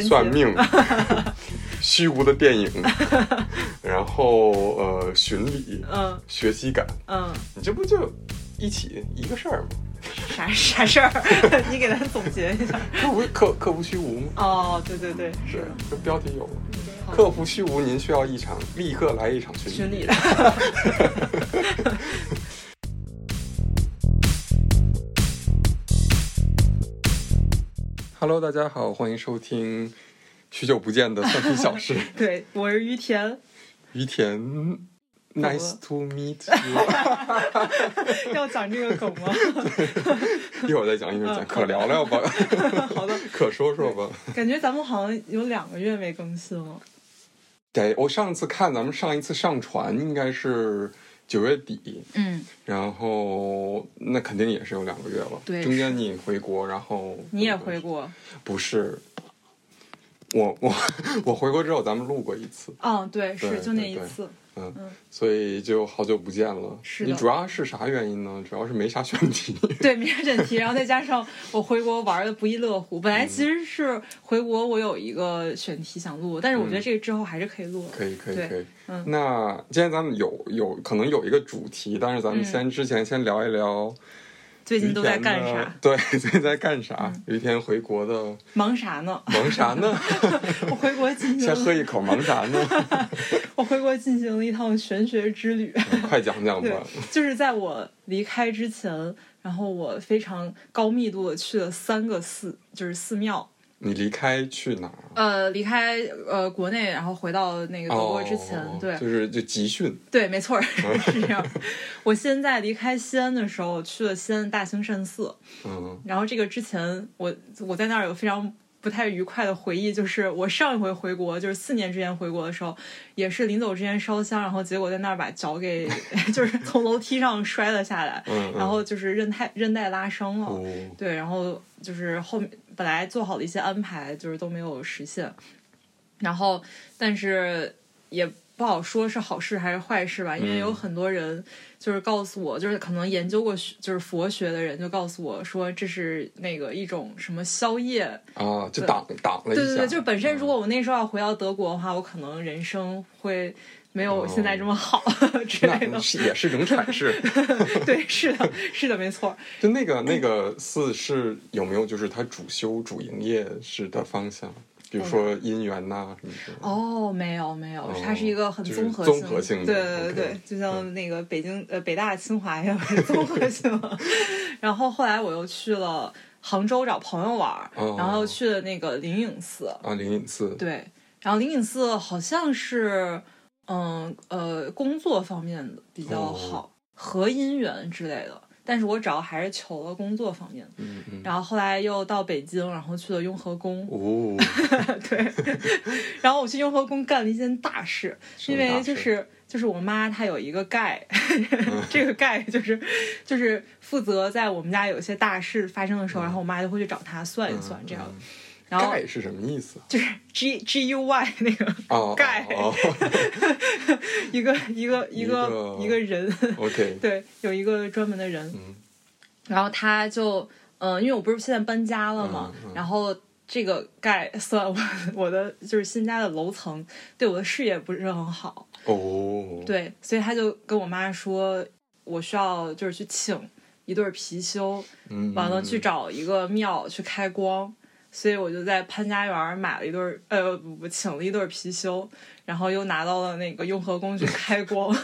算 命、虚无的电影，然后呃巡礼、嗯学习感，嗯，你这不就一起一个事儿吗？啥啥事儿？你给咱总结 一下。克无克克无虚无吗？哦，对对对，嗯是，这标题有吗？好克服虚无，您需要一场，立刻来一场巡礼。群里的。 Hello，大家好，欢迎收听许久不见的蒜皮小 事。对，我是于田，于田么，Nice to meet you。 要讲这个梗吗？一会儿再讲，一会儿讲，可聊聊吧， 好的， 可说说吧。 感觉咱们好像有两个月没更新了。对，我上次看咱们上一次上传应该是九月底，嗯，然后那肯定也是有两个月了。对中间你回国，然后你也回？国？不是，我我我回国之后咱们录过一次，嗯，对，对是就那一次。嗯，嗯所以就好久不见了。是的你主要是啥原因呢？主要是没啥选题。对，没啥选题，然后再加上我回国玩的不亦乐 乎。本来其实是回国我有一个选题想录，但是我觉得这个之后还是可以录的。嗯可以可以对可以。嗯那今天咱们有有可能有一个主题，但是咱们嗯先之前先聊一聊最于近都在田干的啥？？ 嗯对，最近在干啥？于天回国的忙啥呢？忙啥 呢？我回国进行先喝了，一口忙啥呢？ 我回国进行了一趟玄学之旅。快讲讲对吧。， 就是在我离开之前，然后我非常高密度的去了三个寺，就是寺庙。你离开去哪儿？呃，离开呃国内，然后回到那个德国之前，哦对就是嗯就集训。对，没错儿， 是这样。我现在离开西安的时候，去了西安的大兴善寺，嗯，然后这个之前我我在那儿有非常不太愉快的回忆，就是我上一回回国，就是四年之前回国的时候，也是临走之前烧香，然后结果在那儿把脚给 就是从楼梯上摔了下来，嗯嗯然后就是韧带韧带拉伤了，哦，对，然后就是后面本来做好的一些安排，就是都没有实现，然后但是也不好说是好事还是坏事吧，因为有嗯很多人就是告诉我，就是可能研究过学就是佛学的人就告诉我说这是那个一种什么宵夜，啊，就对挡挡了一下。对对对，就是本身嗯如果我那时候要回到德国的话，我可能人生会。没有现在这么好、 之类哦那 的，是也是种阐释。对，是的，是的，没错，就那个那个寺是有没有就是它主修主营业是的方向，比如说姻缘呐、什么之类的。哦，没有没有，它是一个很哦就是综合综的合性的对对 OK 嗯对，就像那个北京呃北大清华一样是综合性的。 然后后来我又去了杭州找朋友玩儿，哦然后又去了那个灵隐寺，啊，灵隐寺。对，然后灵隐寺好像是嗯呃工作方面的比较哦好，和姻缘之类的，但是我找还是求了工作方面的。嗯嗯。然后后来又到北京，然后去了雍和宫，哦， 对，然后我去雍和宫干了一件大事，什因么大事为就是就是我妈她有一个盖， 这个盖就是就是负责在我们家有一些大事发生的时候，然后我妈就会去找她算一算这样，嗯然后盖是什么意思？就是 G G U Y 那个哦，盖 哦哦一个一个一个一个一个人，OK，对，有一个专门的人，嗯然后他就嗯、呃因为我不是现在搬家了嘛，嗯嗯然后。这个盖算我我的就是新家的楼层，对我的视野不是很好，哦，，对，所以他就跟我妈说，我需要就是去请一对儿貔貅，嗯，完了去找一个庙去开光。所以我就在潘家园儿买了一对儿，呃，不不，请了一对儿貔貅，然后又拿到了那个雍和宫去开光，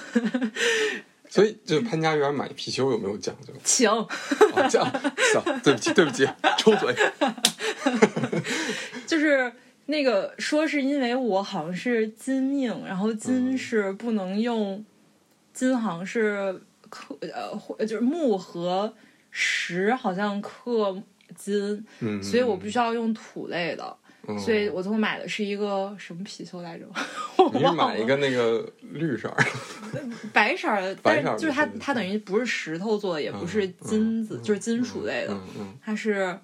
所以就潘家园买貔貅有没有讲 究？请，哦，这样，行，对不起，对不起，抽 嘴。就是那个说是因为我好像是金命，然后嗯金是不能用，金好像是克呃或就是木和石好像克金，嗯，所以我必须要用土类的。嗯所以我最后买的是一个什么貔貅来着？ 我你忘了。买一个那个绿色儿，白色儿的，但白色儿的是就是它对对，对它等于不是石头做的，也不是嗯嗯金子，嗯就是金属类的。嗯嗯，它是，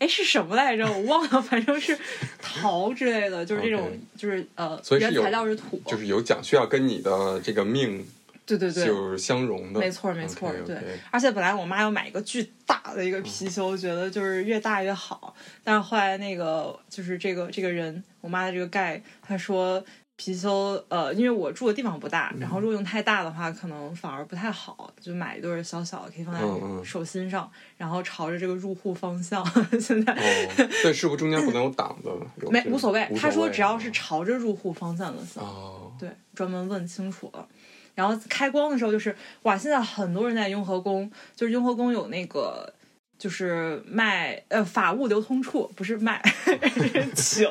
哎，是什么来着？我忘了，反正是陶之类的，就是这种 OK 就是呃，所以是原有材料是土，就是有讲需要跟你的这个命对对对，就是相融的，没错没错嗯 OK，OK 对。而且本来我妈要买一个巨大的一个貔貅，觉得就是越大越好，但是后来那个就是这个这个人，我妈的这个盖，她说貔貅，呃，因为我住的地方不大，然后如果用太大的话，可能反而不太好，就买一对儿小小的，可以放嗯嗯在手心上，然后朝着这个入户方向， 现在。哦，对，是不是中间不能有挡的？ 有没这个无所谓，她说只要是嗯朝着入户方向就行。哦，对，专门问清楚了。然后开光的时候，就是哇，现在很多人在雍和宫，就是雍和宫有那个就是卖呃法物流通处，不是卖 请，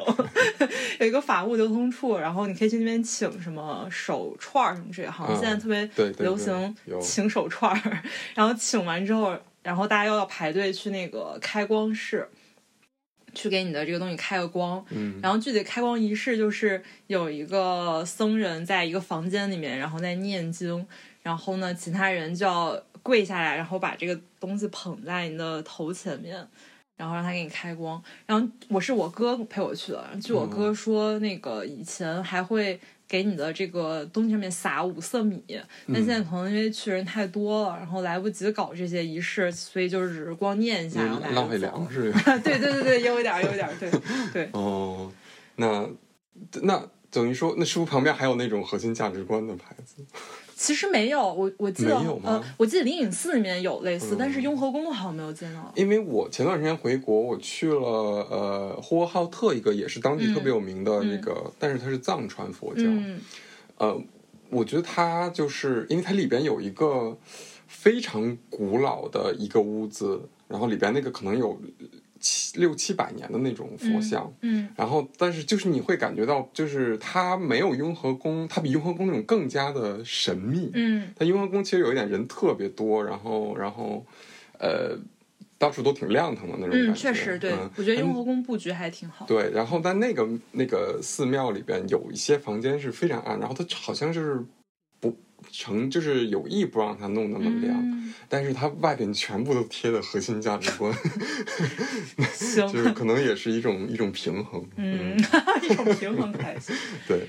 有一个法物流通处，然后你可以去那边请什么手串儿什么之类的，好像嗯现在特别对对对流行有请手串儿，然后请完之后，然后大家又要排队去那个开光室。去给你的这个东西开个光，嗯，然后具体开光仪式就是有一个僧人在一个房间里面，然后在念经，然后呢，其他人就要跪下来，然后把这个东西捧在你的头前面，然后让他给你开光。然后我是我哥陪我去的，据我哥说，那个以前还会。给你的这个东西上面撒五色米，嗯但现在可能因为去人太多了，然后来不及搞这些仪式，所以就是只是光念一下，然后大家浪费就走了粮食。 对对对对，有一点儿有一点儿，对对，哦，那那等于说，那是不是旁边还有那种核心价值观的牌子？其实没有，我我记得没有吗呃，我记得灵隐寺里面有类似，嗯但是雍和宫好像没有见到。因为我前段时间回国，我去了呃呼和浩特一个也是当地特别有名的那个，但是它是藏传佛教，嗯，呃，我觉得它就是因为它里边有一个非常古老的一个屋子，然后里边那个可能有七六七百年的那种佛像。嗯然后，但是就是你会感觉到，就是它没有雍和宫，它比雍和宫那种更加的神秘。嗯但雍和宫其实有一点人特别多，然后然后呃到处都挺亮堂的那种感觉。嗯，确实对嗯，我觉得但雍和宫布局还挺好。对，然后但那个那个寺庙里边有一些房间是非常暗，然后它好像就是不成，就是有意不让它弄那么亮， 嗯，但是它外边全部都贴的核心价值观， 就行，是可能也是一种一种平衡。嗯， 一种平衡开心。对，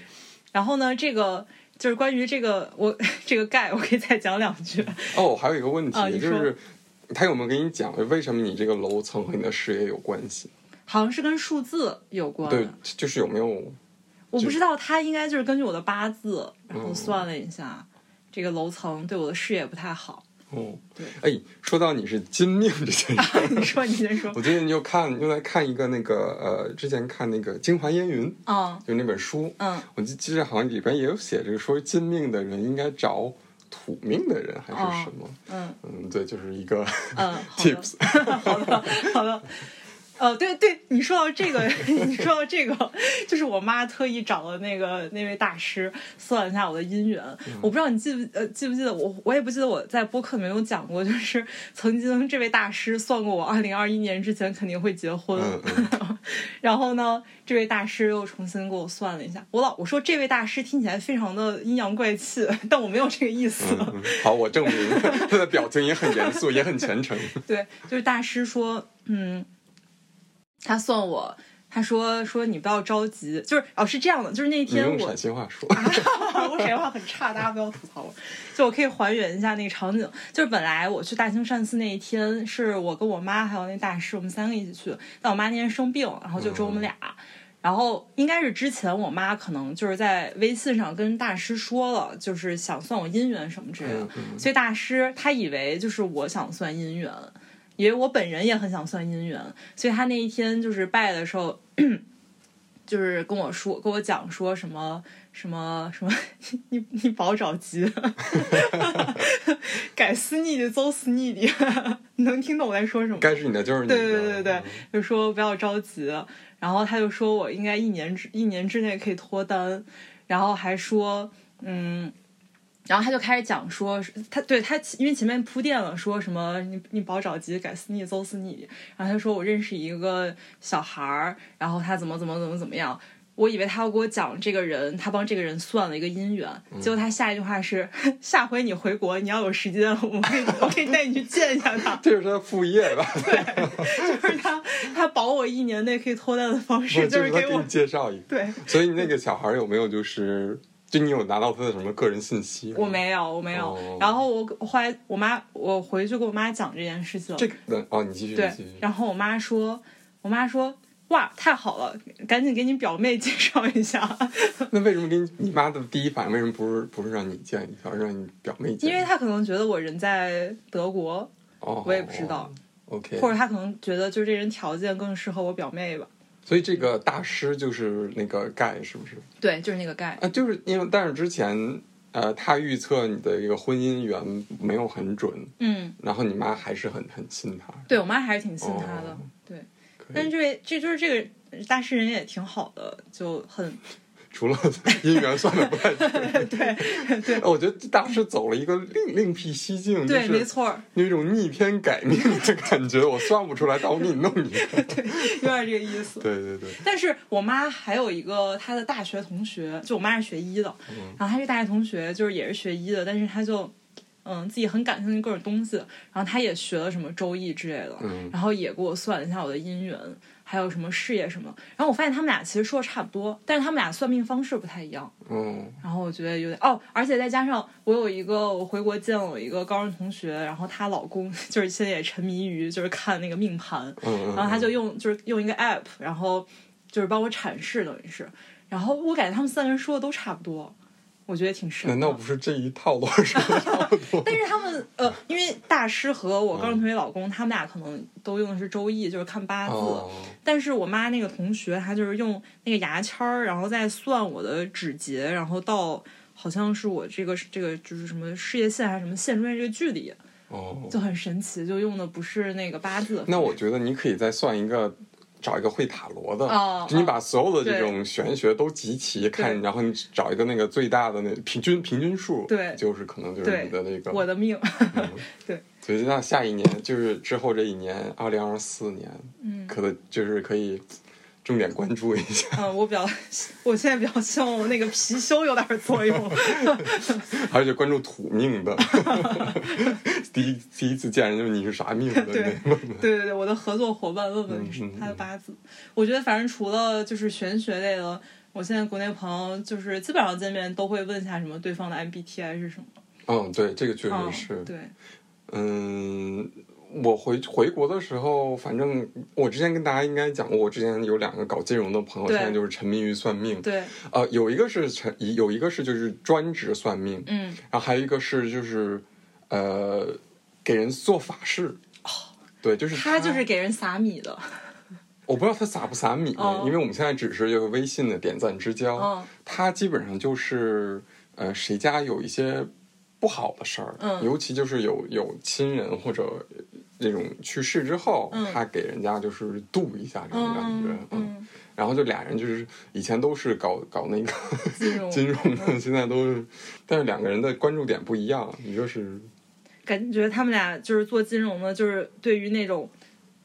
然后呢，这个就是关于这个我 这个盖，我可以再讲两句。哦，还有一个问题、啊你就说是。他有没有跟你讲为什么你这个楼层和你的视野有关系？好像是跟数字有关，对，就是有没有我不知道它应该就是根据我的八字，然嗯后算了一下，这个楼层对我的视野不太好。 哦对？哎，说到你是金命这件事，你说，你先说我。最近又看又在看一个那个呃，之前看那个《京华烟云》，嗯就那本书，嗯，我记记着好像里边也有写这个说金命的人应该找土命的人还是什么？嗯嗯，对，就是一个嗯，好的 tips， 好的好的。呃，对对，你说到这个， 你说到这个，就是我妈特意找了那个那位大师算了一下我的姻缘。嗯我不知道你记不呃记不记得我，我也不记得我在播客里面有讲过，就是曾经这位大师算过我二零二一年之前肯定会结婚。嗯嗯， 然后呢，这位大师又重新给我算了一下。我老我说这位大师听起来非常的阴阳怪气，但我没有这个意思。嗯嗯好，我证明 他的表情也很严肃，也很虔诚。对，就是大师说，嗯，他算我，他说说你不要着急，就是哦是这样的，就是那你天用我啊陕西话 说，我陕西话很差，大家不要吐槽我。就我可以还原一下那个场景，就是本来我去大兴善寺那一天，是我跟我妈还有那大师，我们三个一起去。但我妈那天生病，然后就只有我们俩。嗯然后应该是之前我妈可能就是在微信上跟大师说了，就是想算我姻缘什么之类的嗯，嗯所以大师他以为就是我想算姻缘，因为我本人也很想算姻缘，所以他那一天就是拜的时候，就是跟我说跟我讲说什么什么什么，你你保找急， 改思你的邹思你的， 能听懂我在说什么？该是你的就是你的。嗯对对对对对，就说不要着急，然后他就说我应该一年之一年之内可以脱单，然后还说嗯。然后他就开始讲说，他对他因为前面铺垫了，说什么你你保找急改思你邹思你，然后他说我认识一个小孩儿，然后他怎么怎么怎么怎么样，我以为他要给我讲这个人，他帮这个人算了一个姻缘，嗯结果他下一句话是 下回你回国你要有时间，我可以我可以带你去见一下他，这是他的副业吧？就是他他保我一年内可以脱单的方不式，就是哦他给给我你介绍一个。对所以那个小孩有没有就是就你有拿到他的什么个人信息吗？啊我没有，我没有。哦然后我我后来我妈，我回去跟我妈讲这件事情，这个哦，你继续，对你继续，然后我妈说，我妈说，哇，太好了，赶紧给你表妹介绍一下，那为什么给你你妈的第一反应为什么不是不是让你见一下，而让你表妹见？因为她可能觉得我人在德国，哦，我也不知道， OK，或者她可能觉得就这人条件更适合我表妹吧。所以这个大师就是那个盖，是不是？对，就是那个盖，啊，就是因为但是之前呃，他预测你的一个婚姻缘没有很准，嗯，然后你妈还是很很信他。对我妈还是挺信她的，哦对。可但是以这位这就是这个大诗人也挺好的，就很除了姻缘算的不 太准，对对， 我觉得大师走了一个另另辟蹊径，就对，没是错儿，有一种逆天改命的感觉。我算不出来，但我给你弄一个。有点这个意思。 对对对，但是我妈还有一个她的大学同学，就我妈是学医的，嗯然后她这大学同学就是也是学医的，但是她就嗯自己很感兴趣各种东西，然后她也学了什么周易之类的，嗯然后也给我算了一下我的姻缘，还有什么事业什么，然后我发现他们俩其实说的差不多，但是他们俩算命方式不太一样，嗯然后我觉得有点哦，而且再加上我有一个我回国见了我一个高中同学，然后她老公 就是现在也沉迷于就是看那个命盘，嗯，然后他就嗯用就是用一个 app，然后就是帮我阐释，等于是，然后我感觉他们三个人说的都差不多，我觉得挺神的。难道不是这一套都是 差不多？但是他们呃，因为大师和嗯我高中同学老公，他们俩可能都用的是周易，就是看八字。哦，但是我妈那个同学，她就是用那个牙签儿，然后再算我的指节，然后到好像是我这个这个就是什么事业线还是什么线中间这个距离，哦，就很神奇，就用的不是那个八字。那我觉得你可以再算一个，找一个会塔罗的，哦就你把所有的这对种玄学都集齐看，然后你找一个那个最大的那平均平均数，对就是可能就是对你的那个。我的命，所以那下一年就是之后这一年，二零二四年，嗯可能就是可以重点关注一下。 嗯，我比较， 我现在比较希望我那个貔貅有点作 用。而且关注土 命的。第一第一次见人就是你是啥命的？对那问问对对对，我的合作伙伴问问嗯嗯嗯他的八字。我觉得反正除了就是玄学类的，我现在国内朋友就是基本上见面都会问一下什么对方的 MBTI 是什么。嗯，对，这个确嗯实，是。对，嗯，我回回国的时候，反正我之前跟大家应该讲过，我之前有两个搞金融的朋友，对现在就是沉迷于算命。对，呃，有一个是沉，有一个是就是专职算命，嗯，然后还有一个是就是呃给人做法事。对，就是哦他就是给人撒米的。我不知道他撒不撒米，哦因为我们现在只是有微信的点赞之交，嗯他基本上就是呃谁家有一些不好的事儿，嗯尤其就是有有亲人或者那种去世之后，嗯他给人家就是度一下这种感觉，嗯嗯，然后就俩人就是以前都是搞搞那个金融金融嗯的，现在都是，但是两个人的关注点不一样，一个是感觉他们俩就是做金融的，就是对于那种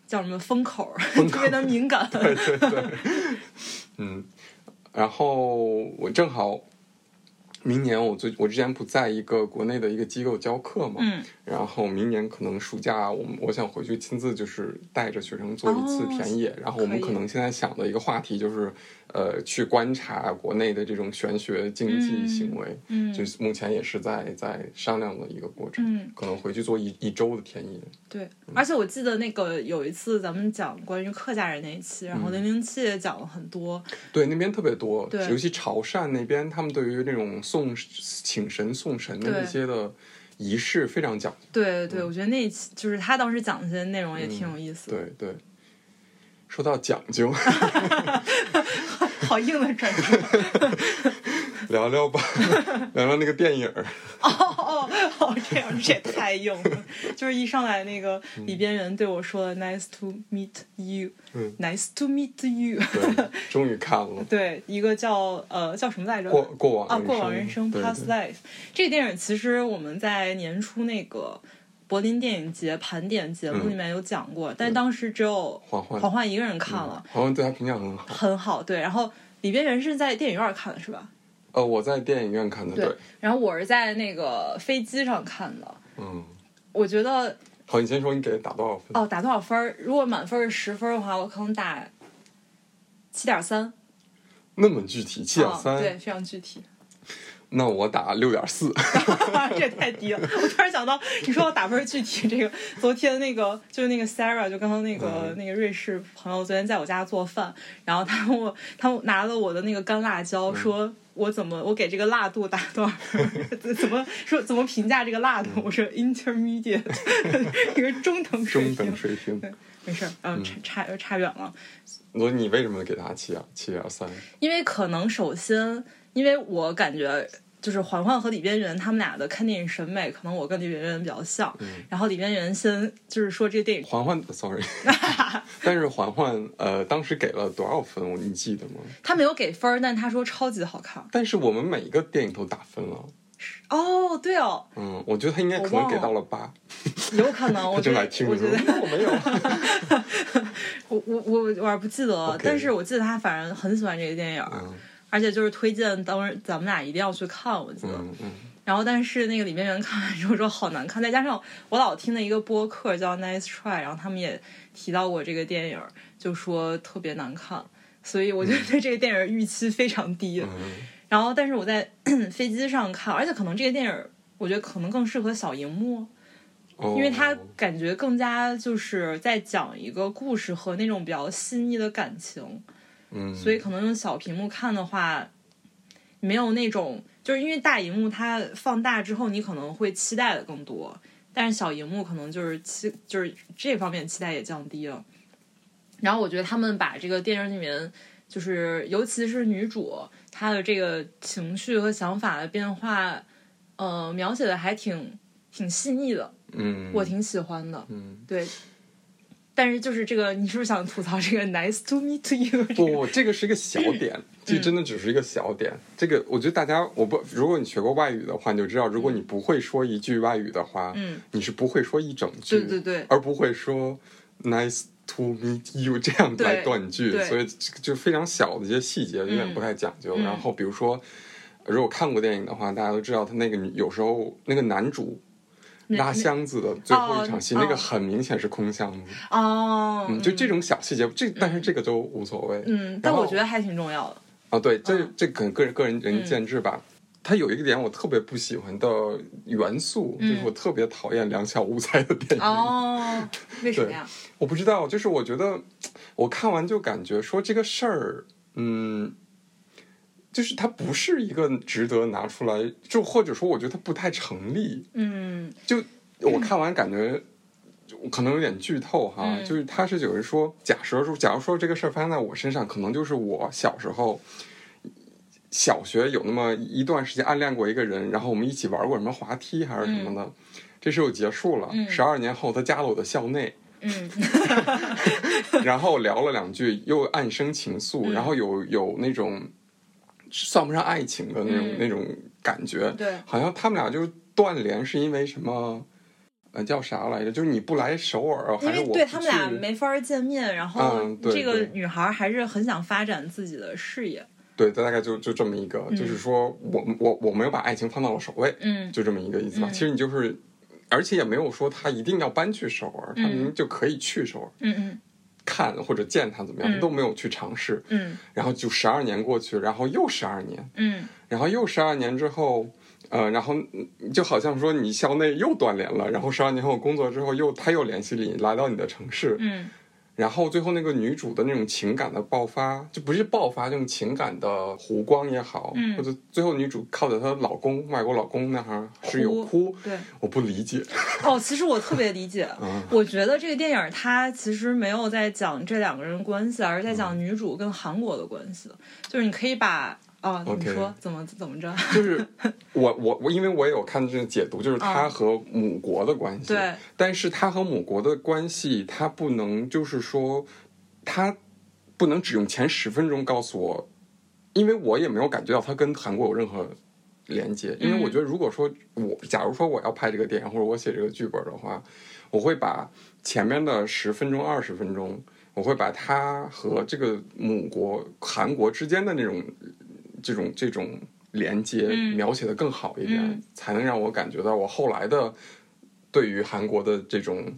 叫什么风口儿风口 特别的敏感。 嗯，然后我正好明年我最我之前不在一个国内的一个机构教课嘛，嗯，然后明年可能暑假我们我想回去亲自就是带着学生做一次哦田野，然后我们可以可能现在想的一个话题就是呃去观察国内的这种玄学经济嗯行为，嗯就是目前也是在在商量的一个过程，嗯可能回去做一一周的田野，对，嗯而且我记得那个有一次咱们讲关于客家人那一期，然后嗯零零七也讲了很多，对，那边特别多，对尤其潮汕那边，他们对于那种送请神送神的对那些的仪式非常讲究。对对对，我觉得那一期就是他当时讲的这些内容也挺有意思的，对对，说到讲究， 好硬的转折。聊聊吧， 聊聊那个电影儿。哦哦，这样这也太硬了，就是一上来那个李边缘对我 说了 “nice to meet you”，“nice、嗯 to meet you”，对，终于看了对，一个叫呃叫什么来着？过过往啊，过往人生对 （Past 对 Life） 这个电影，其实我们在年初那个柏林电影节盘点节嗯目里面有讲过，但当时只有黄欢黄焕一个人看了，嗯好像对他评价很好。很好。对，然后李边缘是在电影院看的，是吧？呃，我在电影院看的，对，然后我是在那个飞机上看的。嗯，我觉得好，你先说你给他打多少分？哦，打多少分儿？如果满分是十分儿的话，我可能打七点三。那么具体，七点啊三，对，非常具体。那我打六点四，这也太低了。我突然想到，你说要打分具体这个，昨天那个就是那个 Sarah，就刚刚那个、那个瑞士朋友，昨天在我家做饭，然后他问我，他拿了我的那个干辣椒，说我怎么我给这个辣度打多少 分？怎么说怎么评价这个辣度？我说 intermediate，一个中等水中平。等水平。对，没事儿，嗯，差差差远了。所以你为什么给他七点七点三？因为可能首先，因为我感觉就是环环和李边缘他们俩的看电影审美，可能我跟李边缘比较像。嗯然后李边缘先就是说这个 电影，环环，sorry，但是环环呃，当时给了多少分？我你记得吗？他没有给分儿，但他说超级好看。但是我们每一个电影都打分了，哦，对哦，嗯，我觉得他应该可我能忘给了到了八，有可能。我他觉 就得来听我你觉说得，我没有，我我我我有点不记得了 OK 但是我记得他反正很喜欢这个电影，嗯而且就是推荐当时咱们俩一定要去看，我记得。 嗯嗯然后，但是那个李边缘看完之后说好难看，再加上我老听的一个播客叫 Nice Try，然后他们也提到过这个电影，就说特别难看，所以我就对这个电影预期非常低。嗯，然后，但是我在 飞机上看，而且可能这个电影我觉得可能更适合小荧幕，哦因为它感觉更加就是在讲一个故事和那种比较细腻的感情。嗯，所以可能用小屏幕看的话，没有那种就是因为大荧幕它放大之后，你可能会期待的更多，但是小荧幕可能就是期就是这方面期待也降低了。然后我觉得他们把这个电影里面，就是尤其是女主她的这个情绪和想法的变化，呃，描写的还挺挺细腻的，嗯，我挺喜欢的。嗯。对，但是就是这个，你是不是想吐槽这个 “nice to meet you”？这不个不，这个是一个小 点，嗯这真的只是一个小点。这个我觉得大家，我不，如果你学过外语的话，你就知道，如果你不会说一句外语的话，嗯，你是不会说一整句，对对对而不会说 nice to meet you 这样来断句，对所以这个就非常小的一些细节有点不太讲究。嗯然后比如说，如果看过电影的话，大家都知道他那个女有时候那个男主。那拉箱子的最后一场戏，哦那个哦很明显是空箱子，哦，嗯，就这种小细节，这但是这个都无所谓，嗯，但然后我觉得还挺重要的。啊，对，这嗯这可能个人个人人见智吧。它有一个点我特别不喜欢的元素，嗯就是我特别讨厌两小无猜的电影。哦，为什么呀？我不知道，就是我觉得我看完就感觉说这个事儿，嗯，就是它不是一个值得拿出来，就或者说我觉得它不太成立。嗯就我看完感觉，我可能有点剧透哈，嗯就是他是有人说，假设说，假如说这个事儿发生在我身上，可能就是我小时候。小学有那么一段时间暗恋过一个人，然后我们一起玩过什么滑梯还是什么的，这事就结束了嗯。十二、年后，他加了我的校内，嗯 然后聊了两句，又暗生情愫，嗯然后有有那种算不上爱情的那种、嗯那种感觉， 对好像他们俩就是断联是因为什么？呃，叫啥来着？就是你不来首尔，因还是为我对不他们俩去没法儿见面，然后嗯对这个对女孩还是很想发展自己的事业。对，大概就就这么一个，就是说我我我没有把爱情放到了首位，嗯就这么一个意思吧。嗯其实你就是，而且也没有说他一定要搬去首尔，他嗯们就可以去首尔嗯嗯看或者见他怎么样，嗯都没有去尝试。嗯然后就十二年过去，然后又十二年，嗯然后又十二年之后，呃，然后嗯就好像说你校内又断联了，然后十二年后工作之后又他又联系你，来到你的城市，嗯然后最后那个女主的那种情感的爆发，就不是爆发，这种情感的弧光也好，嗯或者最后女主靠着她老公外国老公那哈是有哭，对。我不理解， 哦，其实我特别理解。嗯我觉得这个电影它其实没有在讲这两个人关系，而是在嗯讲女主跟韩国的关系。就是你可以把啊，你 OK 说怎么怎么着？就是我我我，因为我也有看这个解读，就是她和母国的关系，啊对，但是他和母国的关系，他不能就是说，他不能只用前十分钟告诉我，因为我也没有感觉到他跟韩国有任何连接。因为我觉得，如果说我假如说我要拍这个电影或者我写这个剧本的话，我会把前面的十分钟、二十分钟，我会把他和这个母国韩国之间的那种这种这种连接嗯描写的更好一点，嗯才能让我感觉到我后来的对于韩国的这种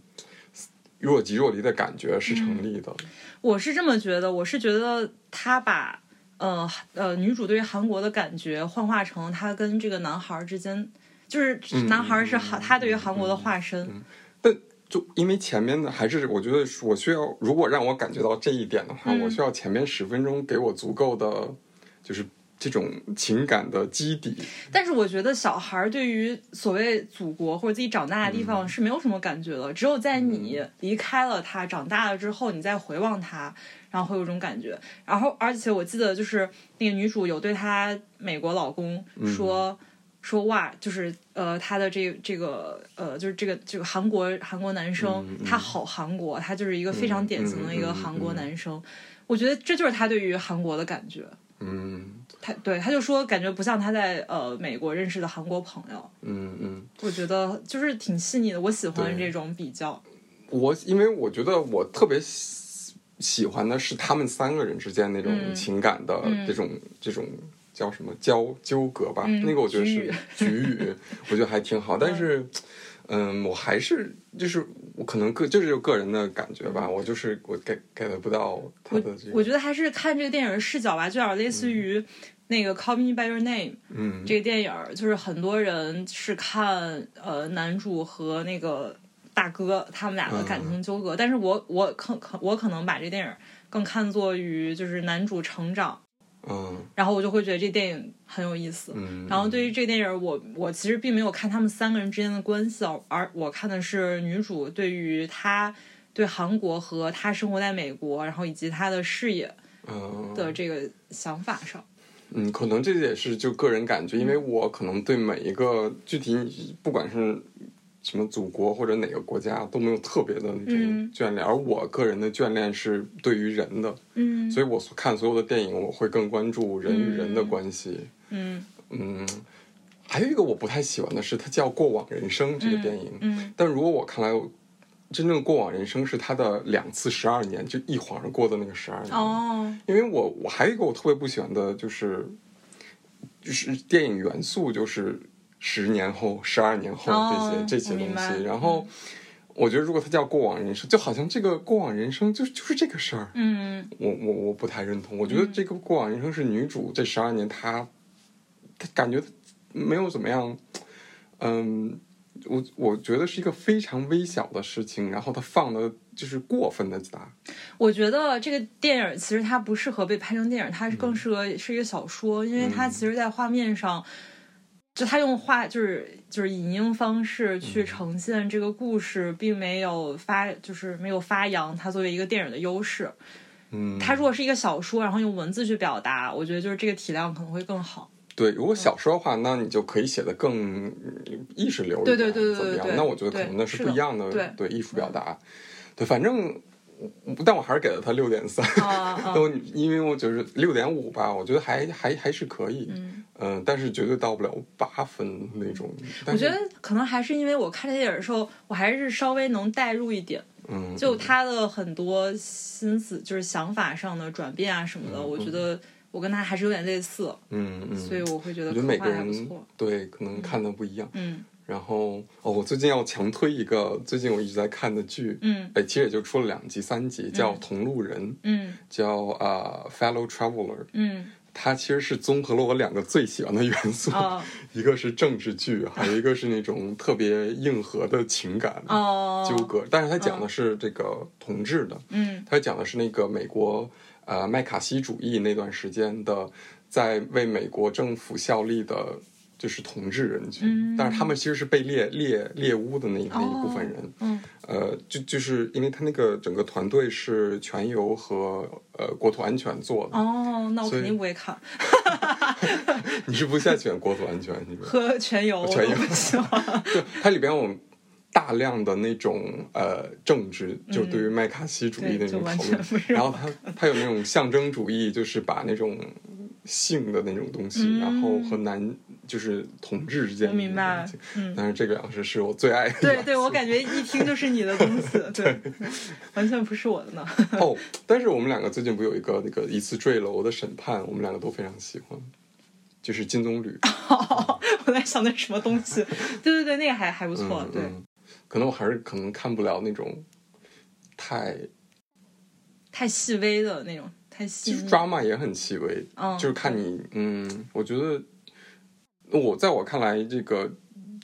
若嗯即若离的感觉是成立的。我是这么觉得，我是觉得他把呃呃女主对于韩国的感觉幻化成她跟这个男孩儿之间，就是嗯男孩儿是嗯韩嗯她对于韩国的化身，就因为前面的还是我觉得我需要，如果让我感觉到这一点的话，嗯我需要前面十分钟给我足够的，就是这种情感的基底。但是我觉得小孩儿对于所谓祖国或者自己长大的地嗯方是没有什么感觉的，只有在你离开了他，长大了之后，你再回望他，然后会有种感觉。然后，而且我记得就是那个女主有对她美国老公嗯说。说哇，就是呃，她的这这个呃，就是这个这个韩国韩国男生，嗯嗯他好韩国，他就是一个非常典型的一嗯个嗯嗯韩国嗯男生。我觉得这就是他对于韩国的感觉。嗯他对他就说，感觉不像他在呃美国认识的韩国朋友。嗯嗯，我觉得就是挺细腻的，我喜欢对这种比较。我因为我觉得我特别喜喜欢的是他们三个人之间那种嗯情感的嗯这种、这种叫什么交纠葛吧，嗯那个我觉得是局语，我觉得还挺好，但嗯是。嗯，我还是就是我可能个就是有个人的感觉吧，我就是我 get get 不到他我的这我个，觉得还是看这个电影的视角吧，就有点类似于那个《Call Me by Your Name》嗯，这个电影，就是很多人是看呃男主和那个大哥他们俩的感嗯情纠葛，但是我我可可我可能把这个电影更看作于就是男主成长，嗯然后我就会觉得这电影很有意思。嗯，然后对于这电影，我我其实并没有看他们三个人之间的关系哦，而我看的是女主对于她对韩国和她生活在美国，然后以及她的视野嗯的这个想法上。嗯，可能这也是就个人感觉，因为嗯我可能对每一个具体，不管是什么祖国或者哪个国家，都没有特别的那种嗯眷恋，而我个人的眷恋是对于人的，嗯所以我所看所有的电影，我会更关注人与人的关系。嗯嗯，还有一个我不太喜欢的是，它叫《过往人生》这个电影，嗯但如果我看来，真正的过往人生是他的两次十二年，就一晃而过的那个十二年。哦因为我我还有一个我特别不喜欢的就是，就是电影元素就是十年后、十二年后这些、哦这些我东明白嗯西。然后我觉得如果它叫过往人生，就好像这个过往人生就就是这个事儿，嗯我我我不太认同。我觉得这个过往人生是女主这十二年她，她感觉没有怎么样，嗯。我我觉得是一个非常微小的事情，然后她放的就是过分的大，我觉得这个电影其实它不适合被拍成电影，它是嗯更适合是一个小说，因为它其实，在画面上，就它用画就是就是引用方式嗯去呈现这个故事，并没有发就是没有发扬它作为一个电影的优势。嗯，它如果是一个小说，然后用文字去表达，我觉得就是这个体量可能会更好。对，如果嗯小说的话，那你就可以写的更嗯意识流一对点，对对对怎么样对？对那我觉得可能那是不的一样的，对嗯艺术表达。对，反正，但我还是给了他六点三，啊啊， 都因为我就是六点五吧，我觉得还还还是可以，嗯、但是绝对到不了八分那种。但我是觉得可能还是因为我看这电影的时候，我还是稍微能代入一点。嗯，就他的很多心思，就是想法上的转变啊什么的，我觉得我跟他还是有点类似，嗯嗯，所以我会觉我得觉得刻每画个还不人错。对可能看的不一样。嗯然后哦，我最近要强推一个最近我一直在看的剧，嗯哎，其实也就出了两集、三集，叫《同路人》。嗯叫啊、呃 Fellow Traveler，嗯它其实是综合了我两个最喜欢的元素，哦 一个是政治剧，还有一个是那种特别硬核的情感哦，纠葛。但是它讲的是这个同志的，嗯它讲的是那个美国呃麦卡锡主义那段时间的，在为美国政府效力的。就是同志人群，嗯但是他们其实是被猎猎猎巫的那那一部分人，嗯呃，就就是因为他那个整个团队是全游和呃国土安全做的，哦，那我所以肯定不会看你是不太喜欢国土安全是吧？喝全油， 全油我不喜 欢。对，它里边有大量的那种呃政治，就对于麦卡锡主义的那嗯对就种完讨全论，不是然后它它有那种象征主义，就是把那种性的那种东西，嗯然后和男就是同志之间我的那明种白东西，嗯，但是这个粮食是我最爱的两对个对，我感觉一听就是你的东 西，对，完全不是我的呢。 哦，但是我们两个最近不有一个那个一次坠楼的审判，我们两个都非常喜欢，就是金棕 榈，我在想那什么东西，对对对，那个还还不错，嗯对，嗯，可能我还是可能看不了那种太太细微的那种，太细腻就是了。 drama 也很细微，嗯，就是看你，嗯，我觉得我在我看来，这个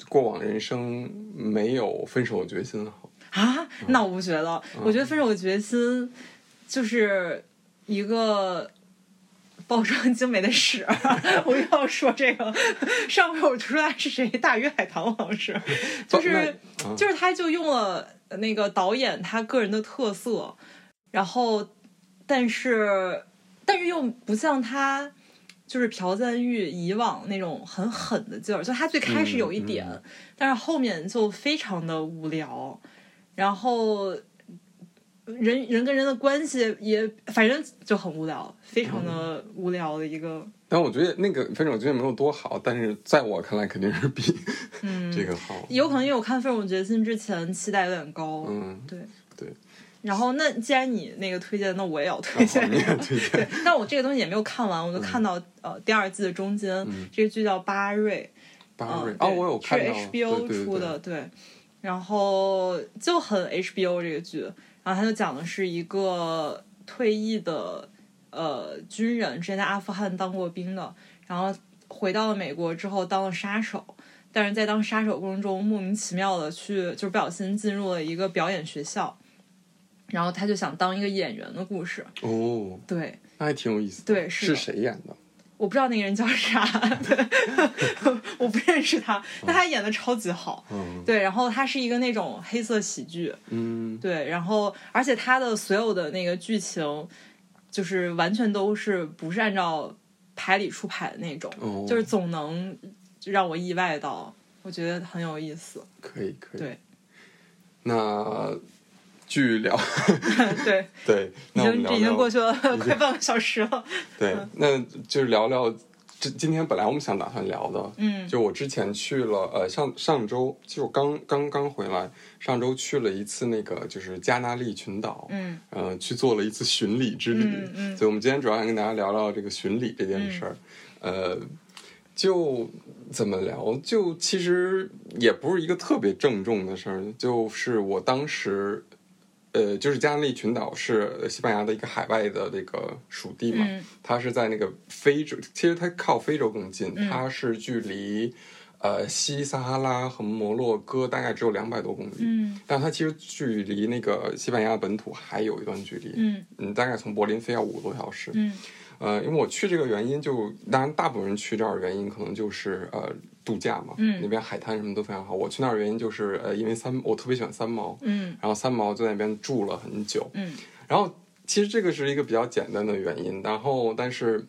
过往人生没有分手的决心好。啊，那我不觉得，我觉得分手的决心就是一个。包装精美的屎， 我又要说这个。上回我出来是谁？大鱼海棠好像是，就那是啊就是他就用了那个导演他个人的特色，然后但是但是又不像他就是朴赞玉以往那种很狠的劲儿，就他最开始有一点，嗯但是后面就非常的无聊，然后人人跟人的关系也反正就很无聊，非常的嗯无聊的一个但我觉得那个分手决心没有多好，但是在我看来肯定是比嗯，这个好。有可能因为我看《分手决心》之前期待有点高，嗯，对对。然后，那既然你那个推荐，那我也要推那好，荐你。也推荐。对，但我这个东西也没有看完，我就看到、呃第二季的中间，嗯这个剧叫《巴瑞》，巴嗯瑞，， 对哦，我有看到，是对 HBO 对出对的，对然后就很 HBO 这个剧，然后它就讲的是一个退役的呃军人，之前在阿富汗当过兵的，然后回到了美国之后当了杀手。但是在当杀手过程中，莫名其妙的去，就是不小心进入了一个表演学校，然后他就想当一个演员的故事。哦，对，那还挺有意思的。对是是的谁演的？我不知道那个人叫啥， 对我不认识他，但他演的超级好。嗯对，然后他是一个那种黑色喜剧，嗯，对，然后而且他的所有的那个剧情，就是完全都是不是按照牌理出牌的那种，哦就是总能让我意外到，我觉得很有意思。可以可以。对那继续聊，对， 对，已嗯那我们经聊这已经聊过去了 快半个小时了。对，那就是聊聊这今天本来我们想打算聊的，嗯就我之前去了，呃，上上周其实我刚刚刚回来，上周去了一次那个就是加那利群岛，嗯呃，去做了一次巡礼之旅，嗯嗯所以我们今天主要想跟大家聊聊这个巡礼这件事儿，嗯呃。就怎么聊？就其实也不是一个特别郑重的事儿，就是我当时，呃，就是加那利群岛是西班牙的一个海外的这个属地嘛，嗯它是在那个非洲，其实它靠非洲更近，嗯它是距离呃西撒哈拉和摩洛哥大概只有两百多公里，嗯但它其实距离那个西班牙本土还有一段距离，嗯嗯，大概从柏林飞要五个多小时，嗯呃，因为我去这个原因就，当然大部分人去这儿的原因可能就是呃度假嘛，嗯那边海滩什么都非常好，我去那儿的原因就是呃因为三我特别喜欢三毛，嗯然后三毛在那边住了很久，嗯然后其实这个是一个比较简单的原因，然后但是，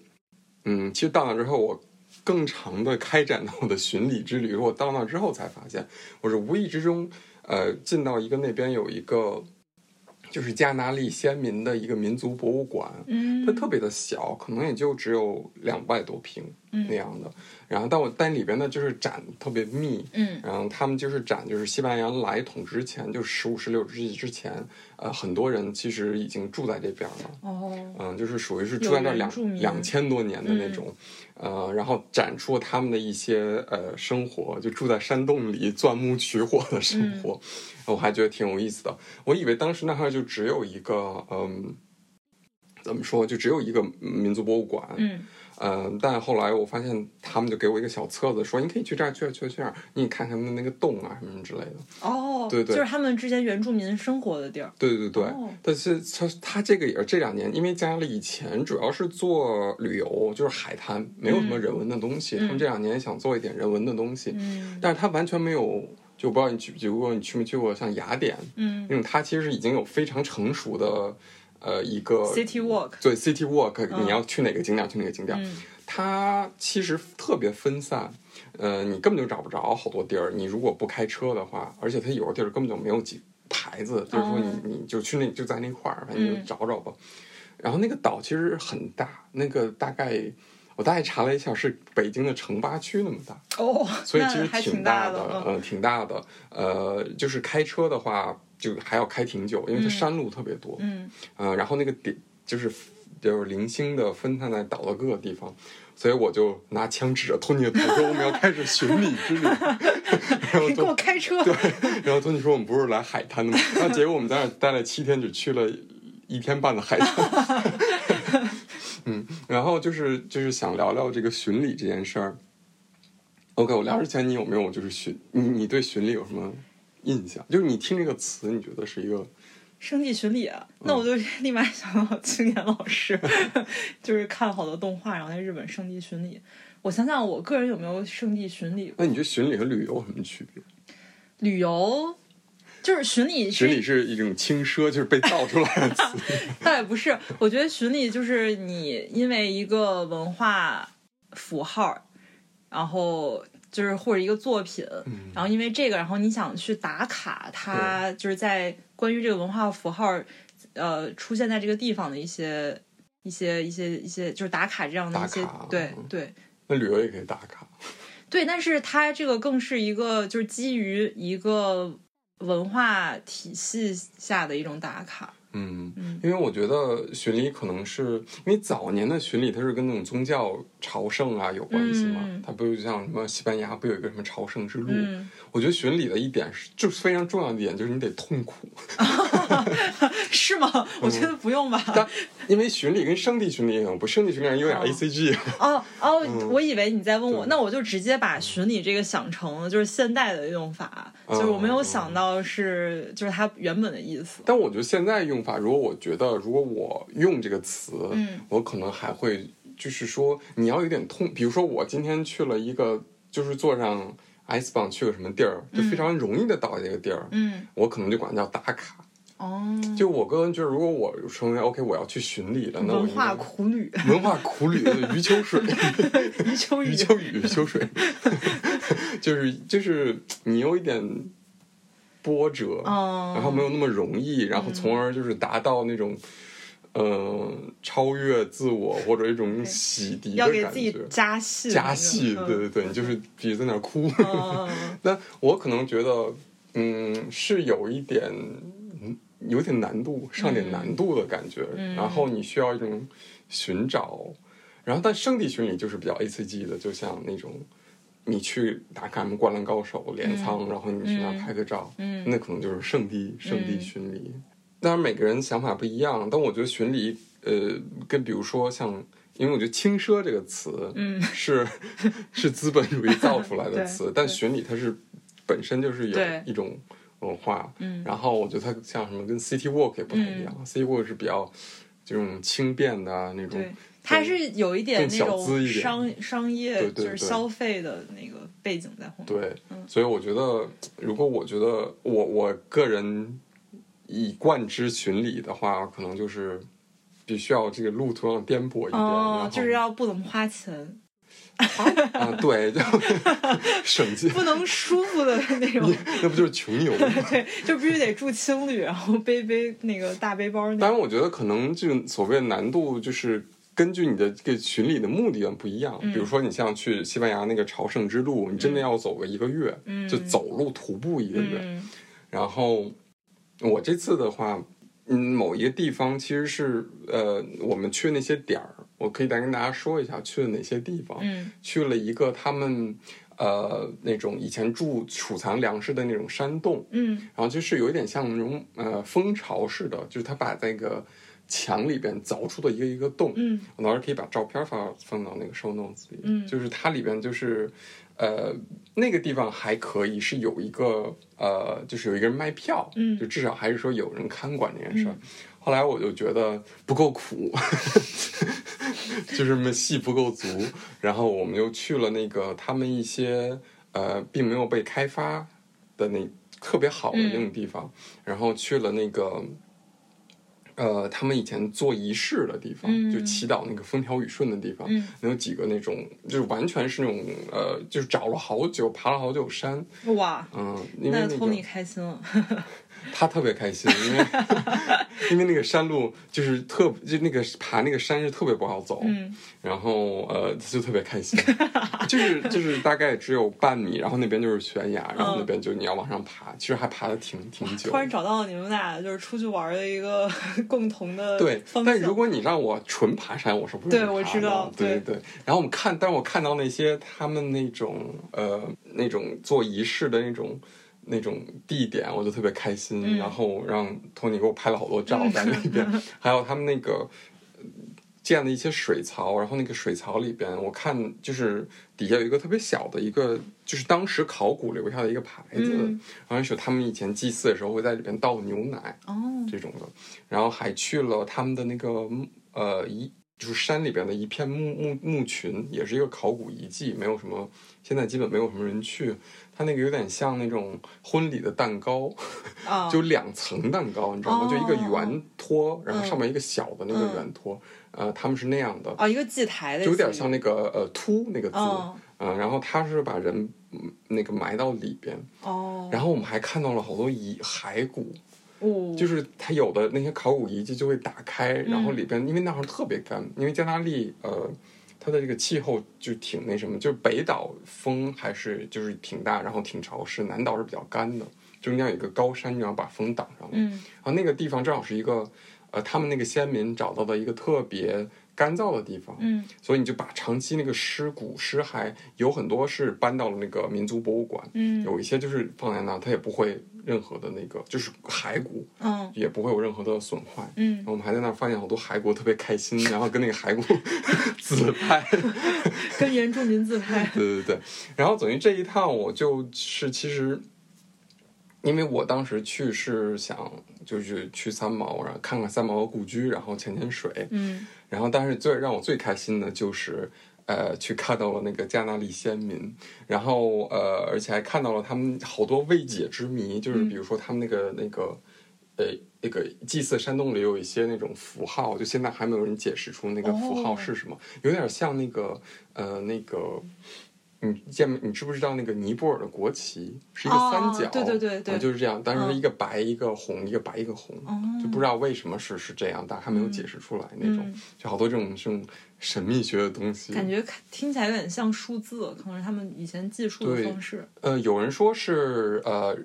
嗯，其实到那之后我。更长的开展到我的巡礼之旅，我到那之后才发现，我是无意之中，呃，进到一个那边有一个，就是加纳利先民的一个民族博物馆，嗯，它特别的小，可能也就只有两百多平嗯那样的。然后，但我但里边呢就是展特别密，嗯然后他们就是展，就是西班牙人来统治之前，就是十五、十六世纪之前，呃，很多人其实已经住在这边了。哦嗯，就是属于是住在那有原两住民嗯两千多年的那种，呃，然后展出了他们的一些呃生活，就住在山洞里钻木取火的生活，嗯我还觉得挺有意思的。我以为当时那哈就只有一个，嗯，怎么说，就只有一个民族博物馆，嗯嗯，但后来我发现他们就给我一个小册子，说你可以去这儿，去这儿，去这儿去这儿，你看看他们那个洞啊什么之类的。哦，对对就是他们之前原住民生活的地儿。对对对，哦但是它它这个也是这两年，因为加利以前主要是做旅游，就是海滩，没有什么人文的东西。他们这两年也想做一点人文的东西，嗯但是它完全没有，就不知道你去，如果你去没去过像雅典，嗯因为它其实已经有非常成熟的呃一个，City Walk，对 city walk，、嗯你要去哪个景点去哪个景点，嗯它其实特别分散，呃，你根本就找不着好多地儿。你如果不开车的话，而且它有的地儿根本就没有几牌子，就是说你、哦你就去那就在那块儿，反正你就嗯找找吧。然后那个岛其实很大，那个大概我大概查了一下，是北京的城八区那么大。哦，所以那其实还挺大的，嗯呃，挺大的，呃，就是开车的话，就还要开挺久，因为它嗯山路特别多， 嗯呃，然后那个点就是就是零星的分散在岛的各个地方，所以我就拿枪指着托尼的头说：“我们要开始巡礼之旅。” 然后你给我托 开车，然后托尼说：“我们不是来海滩的吗？”然后结果我们在那儿待了七天，只去了一天半的海滩。 嗯然后就是就是想聊聊这个巡礼这件事儿。OK，我聊之前你有没有就是巡你你对巡礼有什么印象？就是你听这个词，你觉得是一个生计巡礼，啊嗯那我就 立马想到青年老师， 就是看好多动画，然后在日本生计巡礼。我想想，我个人有没有生计巡礼？那你觉得巡礼和旅游有什么区别？旅游就是巡礼巡礼是，是一种轻奢，就是被造 出来的词。倒也不是。我觉得巡礼就是你因为一个文化符号，然后就是或者一个作品，嗯然后因为这个，然后你想去打卡它，就是在关于这个文化符号，呃，出现在这个地方的一些一些一些一些，就是打卡这样的一些打卡，对嗯对那旅游也可以打卡。对。但是它这个更是一个，就是基于一个文化体系下的一种打卡。 嗯嗯，因为我觉得巡礼可能是因为早年的巡礼，它是跟那种宗教朝圣啊有关系嘛。嗯它不就像什么西班牙不有一个什么朝圣之路？嗯，我觉得巡礼的一点是，就是非常重要的一点，就是你得痛苦。是吗？我嗯觉得不用吧。但因为巡礼跟圣地巡礼也有不，圣地巡礼有点哦 A C G，、哦哦，嗯我以为你在问我，对那我就直接把“巡礼”这个想成就是现代的用法，哦就是我没有想到是就是它原本的意思。但我觉得现在用法，如果我觉得如果我用这个词，嗯我可能还会就是说你要有点痛，比如说我今天去了一个，就是坐上 S 棒去个什么地儿，就非常容易的到这个地儿，嗯，我可能就管它叫打卡。哦，就我个人觉得，如果我成为 OK，我要去巡礼了，那我文应化该苦旅，文化苦 旅的余秋水。余 秋雨余。秋 雨、余秋水， 就是就是你有一点波折，嗯，然后没有那么容易，然后从而就是达到那种。嗯，超越自我或者一种洗涤要的给感自己觉，加戏，加戏，对对嗯对，你就是一直在那儿哭。嗯，嗯那我可能觉得，嗯，是有一点，嗯，有点难度，上点难度的感觉。嗯然后你需要一种寻找，然后但圣地巡礼就是比较 A C G 的，就像那种你去打卡什么《灌篮高手》镰仓，然后你去那儿拍个照，嗯那可能就是圣地圣地巡礼。当然每个人想法不一样，但我觉得巡礼，呃，跟比如说像。因为我觉得“轻奢”这个词，嗯是 是资本主义造出来的词对，但对巡礼它是本身就是有对一种文化，嗯然后我觉得它像什么跟 City Walk 也不太一样、c i t y Walk 是比较这种轻便的啊那种对，，它是有一点那更小资种一点商商业对就对是对消费的那个背景在后面。对，嗯所以我觉得，如果我觉得我我个人以贯之巡礼的话，可能就是必须要这个路途上颠簸一点，然哦后，就是要不怎么花钱， 啊，对，就 省 劲，不能舒服的那 种，那不就是穷游吗？对，就必须得住青旅，然后背背那个大背包那种。当然，我觉得可能这个所谓的难度，就是根据你的这个巡礼的目的不一样。嗯比如说，你像去西班牙那个朝圣之路，你真的要走个一个月，嗯就走路徒步一个月。嗯然后我这次的话，嗯，某一个地方其实是呃，我们去那些点儿，我可以再跟大家说一下去了哪些地方。嗯去了一个他们呃那种以前住储藏粮食的那种山洞，嗯然后就是有一点像那种呃蜂巢似的，就是它把那个墙里边凿出的一个一个洞。嗯我到时候可以把照片发放到那个 show notes 里。嗯就是它里边就是呃那个地方还可以是有一个呃就是有一个人卖票，嗯就至少还是说有人看管这件事儿。后来我就觉得不够苦，就是我们戏不够足，然后我们又去了那个他们一些呃并没有被开发的那特别好的那嗯种地方，然后去了那个呃他们以前做仪式的地方，嗯就祈祷那个风调雨顺的地方，嗯有几个那种就是完全是那种呃就是找了好久爬了好久山，嗯，哇，嗯、因为那那托尼个开心了。他特别开心，因为因为那个山路就是特就那个爬那个山是特别不好走，嗯然后呃，他就特别开心，就是就是大概只有半米，然后那边就是悬崖，然后那边就你要往上爬，其实还爬的挺挺久突。然找到你们俩就是出去玩的一个 共同的对，方向。但如果你让我纯爬山，我是不是对我知道对对对。然后我们看，但我看到那些他们那种呃那种做仪式的那种那种地点，我就特别开心。嗯 然后让托尼给我拍了好多照在那边，还有他们那个建了一些水槽，然后那个水槽里边，我看就是底下有一个特别小的一个，就是当时考古留下的一个牌子，嗯然后是他们以前祭祀的时候会在里边倒牛奶哦，这种的，然后还去了他们的那个呃一。就是山里边的一片墓墓墓群，也是一个考古遗迹，没有什么，现在基本没有什么人去。它那个有点像那种婚礼的蛋糕，啊，就两层蛋糕，你知道吗？哦就一个圆托，然后嗯上面一个小的那个圆托，呃，他们是那样的，哦，一个祭台的，就有点像那个呃“凸”那个字，哦呃，然后他是把人嗯那个埋到里边，哦，然后我们还看到了好多遗骸骨，哦，就是是它有的那些考古遗迹就会打开，然后里边因为那会儿特别干，因为加拉利呃。它的这个气候就挺那什么，就是北岛风还是就是挺大，然后挺潮湿，南岛是比较干的，中间有一个高山，然后把风挡上了。嗯然后那个地方正好是一个，呃，他们那个先民找到的一个特别干燥的地方，嗯所以你就把长期那个尸骨尸骸有很多是搬到了那个民族博物馆，嗯有一些就是放在那，它也不会任何的那个，就是骸骨嗯也不会有任何的损坏。然嗯，后我们还在那儿发现好多骸骨，特别开心，然后跟那个骸骨 自拍。跟原住民自拍，对对对，然后等于这一趟我就是其实，因为我当时去是想就是去三毛，然后看看三毛的故居，然后潜潜水， 嗯然后但是最让我最开心的就是。呃，去看到了那个加纳利先民，然后呃，而且还看到了他们好多未解之谜，就是嗯比如说他们那个、那个呃那个祭祀山洞里有一些那种符号，就现在还没有人解释出那个符号哦是什么，有点像那个呃那个。你见没你知不知道那个尼泊尔的国旗是一个哦三角，对对对对啊就是这样，但是嗯一个白、一个红，一个白一个红，哦，就不知道为什么是是这样，但还没有解释出来那种，嗯就好多这种这种神秘学的东西。感觉看听起来有点像数字，可能是他们以前技术的对方式。呃，有人说是呃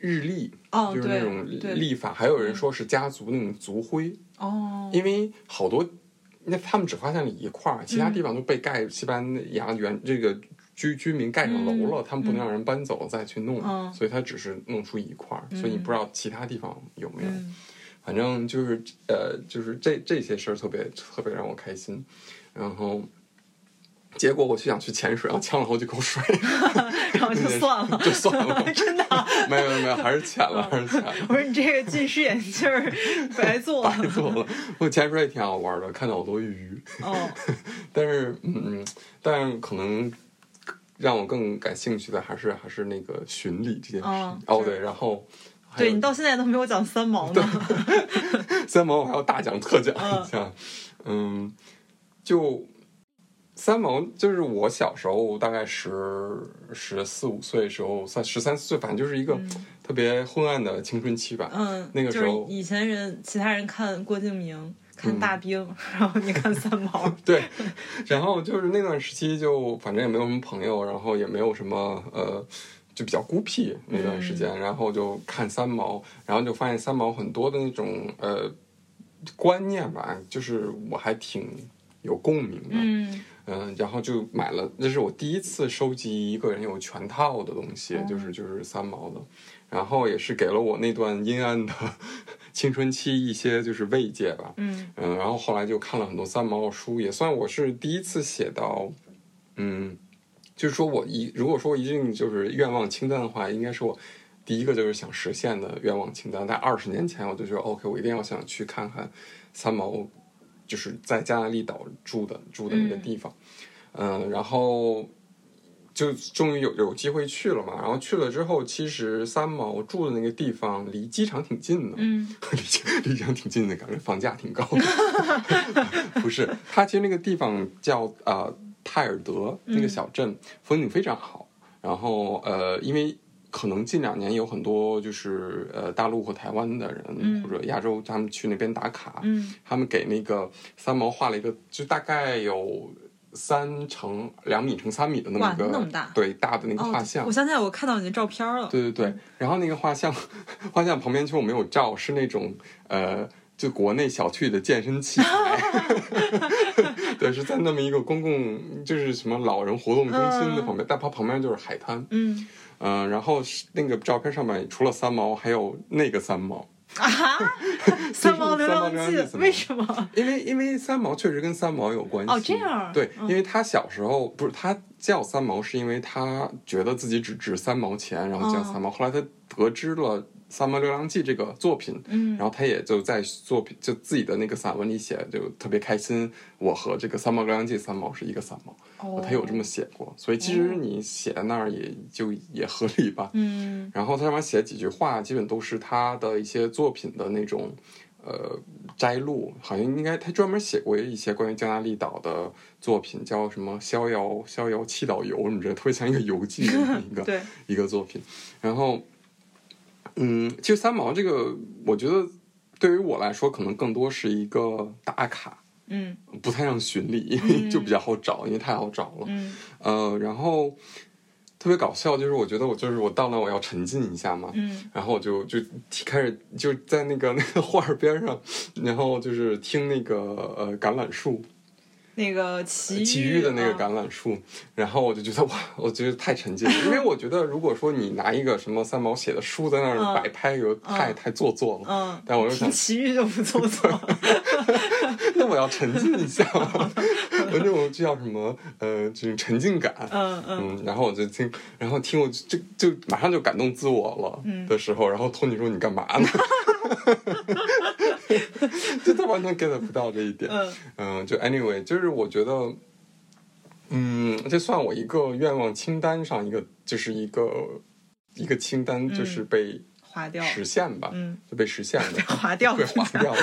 日历，哦，就是那种对嗯对，历法，还有人说是家族那种族徽，哦，因为好多那他们只发现了一块儿，其嗯他地方都被盖西班牙原这个居居民盖上楼了，嗯他们不能让人搬走再去弄，嗯所以他只是弄出一块儿，所以你不知道其他地方有没有。嗯反正就是呃，就是这这些事儿特别特别让我开心，然后。结果我去想去潜水，然后呛了好几口水， 然后就算了，就算了， 真的。啊嗯没有没有没有，还是潜了，还是潜了。我说你这个近视眼镜儿白做 白做了。我潜水也挺好玩的，看到好多鱼，哦，但是嗯，嗯，但可能让我更感兴趣的还是还是那个巡礼这件事情。哦哦，是对，然后 还有对你到现在都没有讲三毛呢。三毛我还要大讲特讲一下，嗯，就。三毛就是我小时候大概十十四五岁的时候，三十三四岁，反正就是一个特别昏暗的青春期吧。嗯，那个时候嗯就是以前人其他人看郭敬明、看大兵， 然后你看三毛。对，然后就是那段时期就反正也没有什么朋友，然后也没有什么呃，就比较孤僻那段时间，然后就看三毛，然后就发现三毛很多的那种呃观念吧，就是我还挺有共鸣的， 嗯、嗯然后就买了，这是我第一次收集一个人有全套的东西，哦就是就是三毛的，然后也是给了我那段阴暗的 青春期一些就是慰藉吧，嗯嗯，然后后来就看了很多三毛的书，也算我是第一次写到，嗯，就是说我一如果说一定就是愿望清单的话，应该是我第一个就是想实现的愿望清单。在二十年前，我就觉得 OK，我一定要想去看看三毛，就是在加那利岛住的住的那个地方，嗯，然后。就终于有有机会去了嘛，然后去了之后，其实三毛住的那个地方离机场挺近的，嗯 离机离机场挺近的，感觉房价挺高。 不是，它其实那个地方叫呃泰尔德那嗯个小镇，风景非常好。然后呃，因为可能近两年有很多就是呃大陆和台湾的人、嗯或者亚洲，他们去那边打卡，嗯他们给那个三毛画了一个，就大概有。三乘两米乘三米的那么哇一个那么大对大的那个哦画像，我想起来我看到你的照片了。对对对，然后那个画像，画像旁边其实我没有照，是那种呃，就国内小区里的健身器材， 对，是在那么一个公共，就是什么老人活动中心的旁边，但它旁边就是海滩，呃嗯嗯、然后是那个照片上面除了三毛，还有那个三毛，啊，三毛流浪三毛流浪记记，为什么？因为因为三毛确实跟三毛有关系哦这样对，嗯因为他小时候不是他叫三毛，是因为他觉得自己只值三毛钱，然哦后叫三毛。后来他得知了《三毛流浪记》这个作品，嗯然后他也就在作品就自己的那个散文里写，就特别开心。我和这个《三毛流浪记》三毛是一个三毛，哦他有这么写过，所以其实你写在那儿也就也合理吧。嗯然后他上面写几句话，基本都是他的一些作品的那种呃摘录，好像应该他专门写过一些关于加那利岛的作品，叫什么《逍遥逍遥七岛游》什么之类的，特别像一个游记的一个 对一个作品。然后，嗯，其实三毛这个，我觉得对于我来说，可能更多是一个打卡，嗯不太让寻礼， 因为就比较好找，因为太好找了。嗯呃，然后特别搞笑，就是我觉得我就是我到那我要沉浸一下嘛，嗯然后我就就开始就在那个 那个画儿边上，然后就是听那个呃橄榄树，那个奇呃奇遇的那个啊橄榄树，然后我就觉得哇，我觉得太沉浸了，因为我觉得如果说你拿一个什么三毛写的书在那嗯儿摆拍，有太太做作了。嗯， 但我又想听奇遇就不做 作，那我要沉浸一下， 有这种叫什么呃，这种沉浸感。嗯嗯嗯，然后我就听，然后听我就就就马上就感动自我了、嗯的时候，然后托尼说你干嘛呢？ 就他完全 get 不到这一点。 嗯嗯，就 anyway，就是我觉得，嗯，这算我一个愿望清单上一个，就是一个一个清单，就是被划嗯掉，实现吧，嗯，就被实现了。划 掉，被划掉了，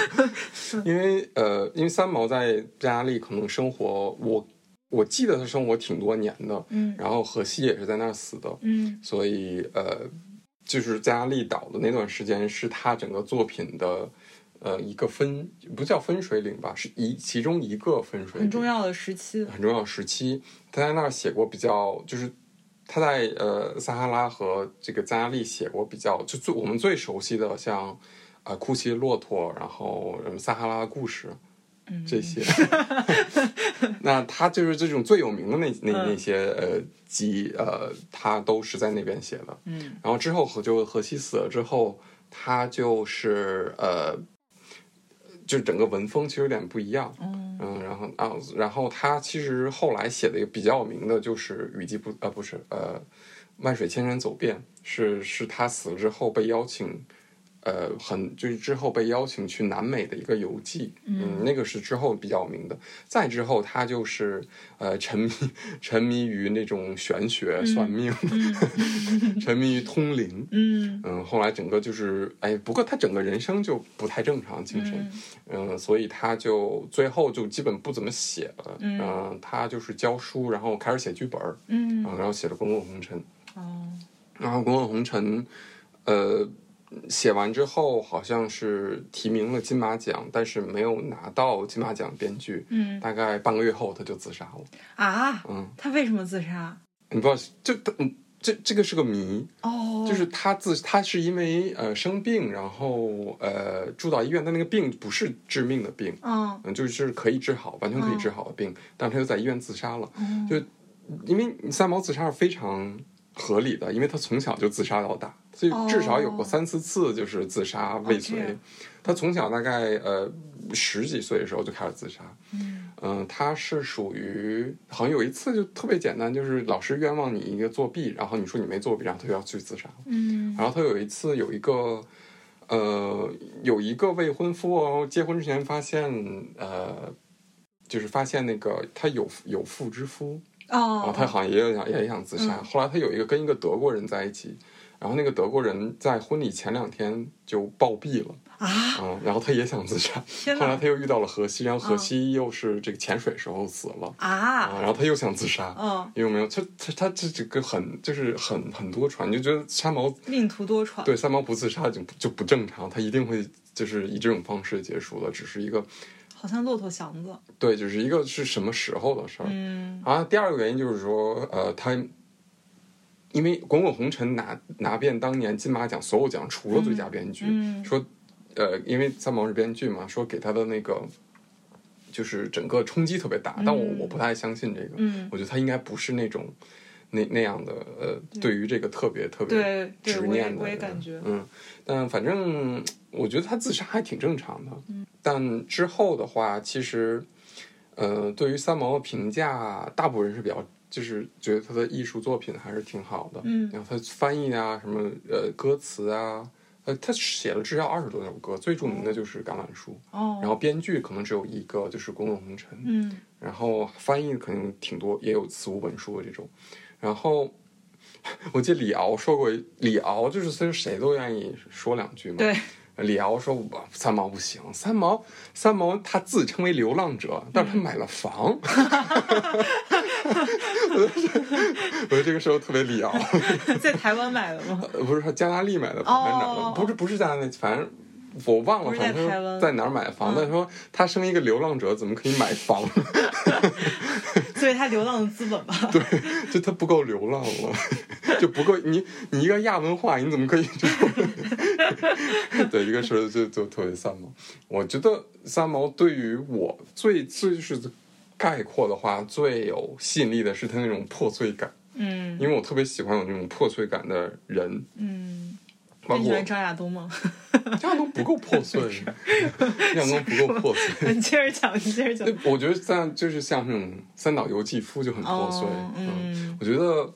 因为呃，因为三毛在加拿利可能生活，我我记得他生活挺多年的，嗯然后荷西也是在那儿死的，嗯所以呃，就是加拉利岛的那段时间是他整个作品的呃一个分，不叫分水岭吧，是一其中一个分水岭，很重要的时期，很重要的时期。他在那儿写过比较，就是他在呃撒哈拉和这个加拉利写过比较，就最我们最熟悉的像呃库奇骆驼，然后嗯撒哈拉故事。嗯这些，那他就是这种最有名的那那那些呃集呃，他都是在那边写的。嗯然后之后和就荷西死了之后，他就是呃，就整个文风其实有点不一样。嗯嗯，然后啊，然后他其实后来写的比较有名的就是《雨季不》呃不是呃《万水千山走遍》是是他死了之后被邀请，呃很就是之后被邀请去南美的一个游记，嗯，那个是之后比较有名的。再之后他就是呃沉迷沉迷于那种玄学、算命， 沉迷于通灵，嗯嗯，后来整个就是，哎，不过他整个人生就不太正常，精神，嗯所以他就最后就基本不怎么写了，嗯他就是教书，然后开始写剧本儿，嗯嗯，然啊后写了《滚滚红尘》，哦然后《滚滚红尘》，呃，写完之后好像是提名了金马奖，但是没有拿到金马奖编剧，嗯大概半个月后他就自杀了，啊，嗯，他为什么自杀？你不知道，就他，嗯这这个是个谜，哦，就是他自他是因为呃生病，然后呃住到医院，但那个病不是致命的病，嗯嗯，就是可以治好，完全可以治好的病，但是他又在医院自杀了，嗯就因为三毛自杀是非常合理的，因为他从小就自杀到大，所以哦至少有过三四次就是自杀未这遂。样他从小大概呃十几岁的时候就开始自杀，嗯嗯，他是属于好像有一次就特别简单，就是老师冤枉你一个作弊，然后你说你没作弊，然后他就要去自杀。嗯然后他有一次有一个，呃，有一个未婚夫，然后结婚之前发现，呃，就是发现那个他有有妇之夫，然后哦，啊他好像也有想也想自杀。嗯后来他有一个跟一个德国人在一起，然后那个德国人在婚礼前两天就暴毙了，啊，嗯，然后他也想自杀。天后来哪他又遇到了荷西，然后荷嗯西又是这个潜水时候死了，啊，啊，然后他又想自杀。嗯，因为没有他，他他这这个很就是很很多传，你就觉得三毛命途多舛，对，三毛不自杀就不就不正常，他一定会就是以这种方式结束的，只是一个好像骆驼祥子，对，只是一个是什么时候的事儿。嗯啊，第二个原因就是说，呃，他因为《滚滚红尘拿》拿遍当年金马奖所有奖，除了最佳编剧，嗯说呃，因为三毛是编剧嘛，说给他的那个就是整个冲击特别大，但我嗯我不太相信这个，嗯我觉得他应该不是那种。那那样的呃，对于这个特别特别对对，执我也念的我也人，感觉，嗯，但反正我觉得他自杀还挺正常的。嗯但之后的话，其实，呃，对于三毛的评价，大部分人是比较就是觉得他的艺术作品还是挺好的。嗯然后他翻译啊，什么呃歌词啊，呃，他写了至少二十多首歌，最著名的就是《橄榄树》，哦，然后编剧可能只有一个，就是宫本红尘。嗯然后翻译可能挺多，也有四五本书的这种。然后 我记得李敖说过，李敖就是虽然谁都愿意说两句嘛。对。李敖说：“我三毛不行，三毛，三毛他自称为流浪者，但嗯是他买了房。 我觉得这个时候特别李敖，嗯在台湾买的 吗？呃不是说加拉利买的房还是哪儿的哦不是不是加拉利，反正我忘了，不是反在台正湾在哪儿买的嗯房。但是说他身为一个流浪者，怎么可以买房？所以他流浪的资本吧。 就他不够流浪了， 就不够你你一个亚文化，你怎么可以 这种？对，一个是就就特别三毛，我觉得三毛对于我最最是概括的话，最有吸引力的是他那种破碎感，嗯因为我特别喜欢有那种破碎感的人，嗯，包你喜括欢张亚东 吗？亚东不够破 碎，亚东不够破碎。你接着讲，你接着讲。对，我觉得像就是像那种三岛由纪夫就很破碎，哦嗯，嗯我觉得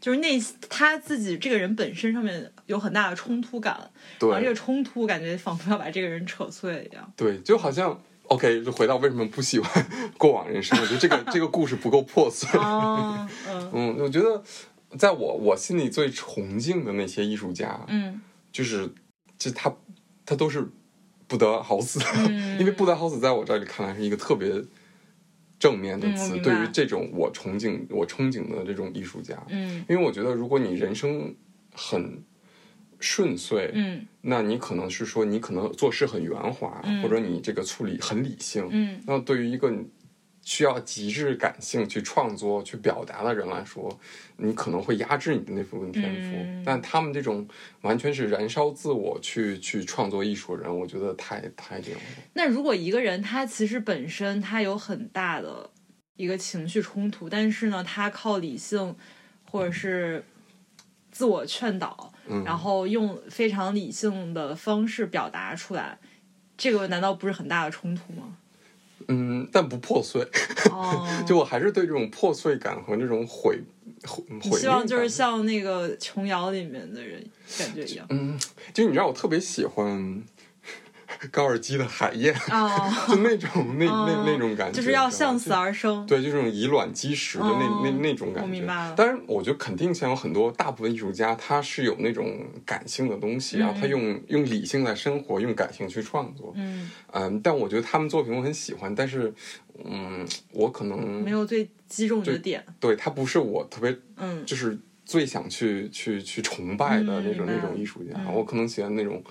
就是内心他自己这个人本身上面有很大的冲突感，对，而这个冲突感觉仿佛要把这个人扯碎一样。 对，就好像 OK，就回到为什么不喜欢 过往人生，我觉得这 个这个故事不够破碎。哦，嗯嗯，我觉得在我我心里最崇敬的那些艺术家，嗯就是就他他都是不得好死，嗯 因为不得好死在我这里看来是一个特别。正面的嗯我词，明对于白这种我憧憬、我憧憬的这种艺术家，嗯因为我觉得，如果你人生很顺遂，嗯那你可能是说你可能做事很圆滑，嗯或者你这个处理很理性。嗯那对于一个需要极致感性去创作、去表达的人来说，你可能会压制你的那部分天赋。嗯但他们这种完全是燃烧自我去去创作艺术的人，我觉得太太牛了。那如果一个人他其实本身他有很大的一个情绪冲突，但是呢，他靠理性或者是自我劝导，嗯，然后用非常理性的方式表达出来，这个难道不是很大的冲突 吗？嗯，但不破碎，哦， 就我还是对这种破碎感和这种毁毁毁你灭希望就是感像那个琼瑶里面的人感觉一样嗯，就你知道，我特别喜欢 高尔基的《海燕》。啊， 就那种那那那种感嗯觉，就是要你知道向吗死而生。对，就这种以卵击石的那、哦那那种感觉。我明白了当然，我觉得肯定像有很多大部分艺术家，他是有那种感性的东西，然啊后他用用理性在生活，用感性去创作。嗯，嗯，但我觉得他们作品我很喜欢，但是，嗯，我可没能有最击中你的对点。对他不是我特别嗯就是最想去去去崇拜的嗯那明种、白那种艺术家。嗯我可能喜欢那种，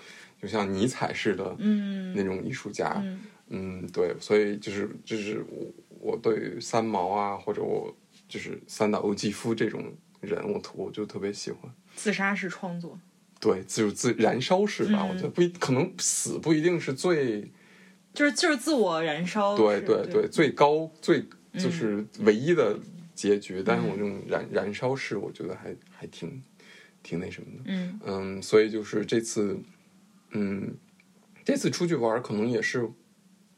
就像尼采似的嗯那种艺术家。嗯嗯，对，所以就是就是我我对三毛啊，或者我就是三岛由纪夫这种人，我特我就特别喜欢。自杀式创作。对，自自燃烧式吧，嗯我觉得不一可能死不一定是最就是就是自我燃烧，对是对对对，最高最就是唯一的结局，但是我这种燃燃烧式，我觉得还还挺挺那什么的。嗯嗯，所以就是这次，嗯，这次出去玩儿可能也是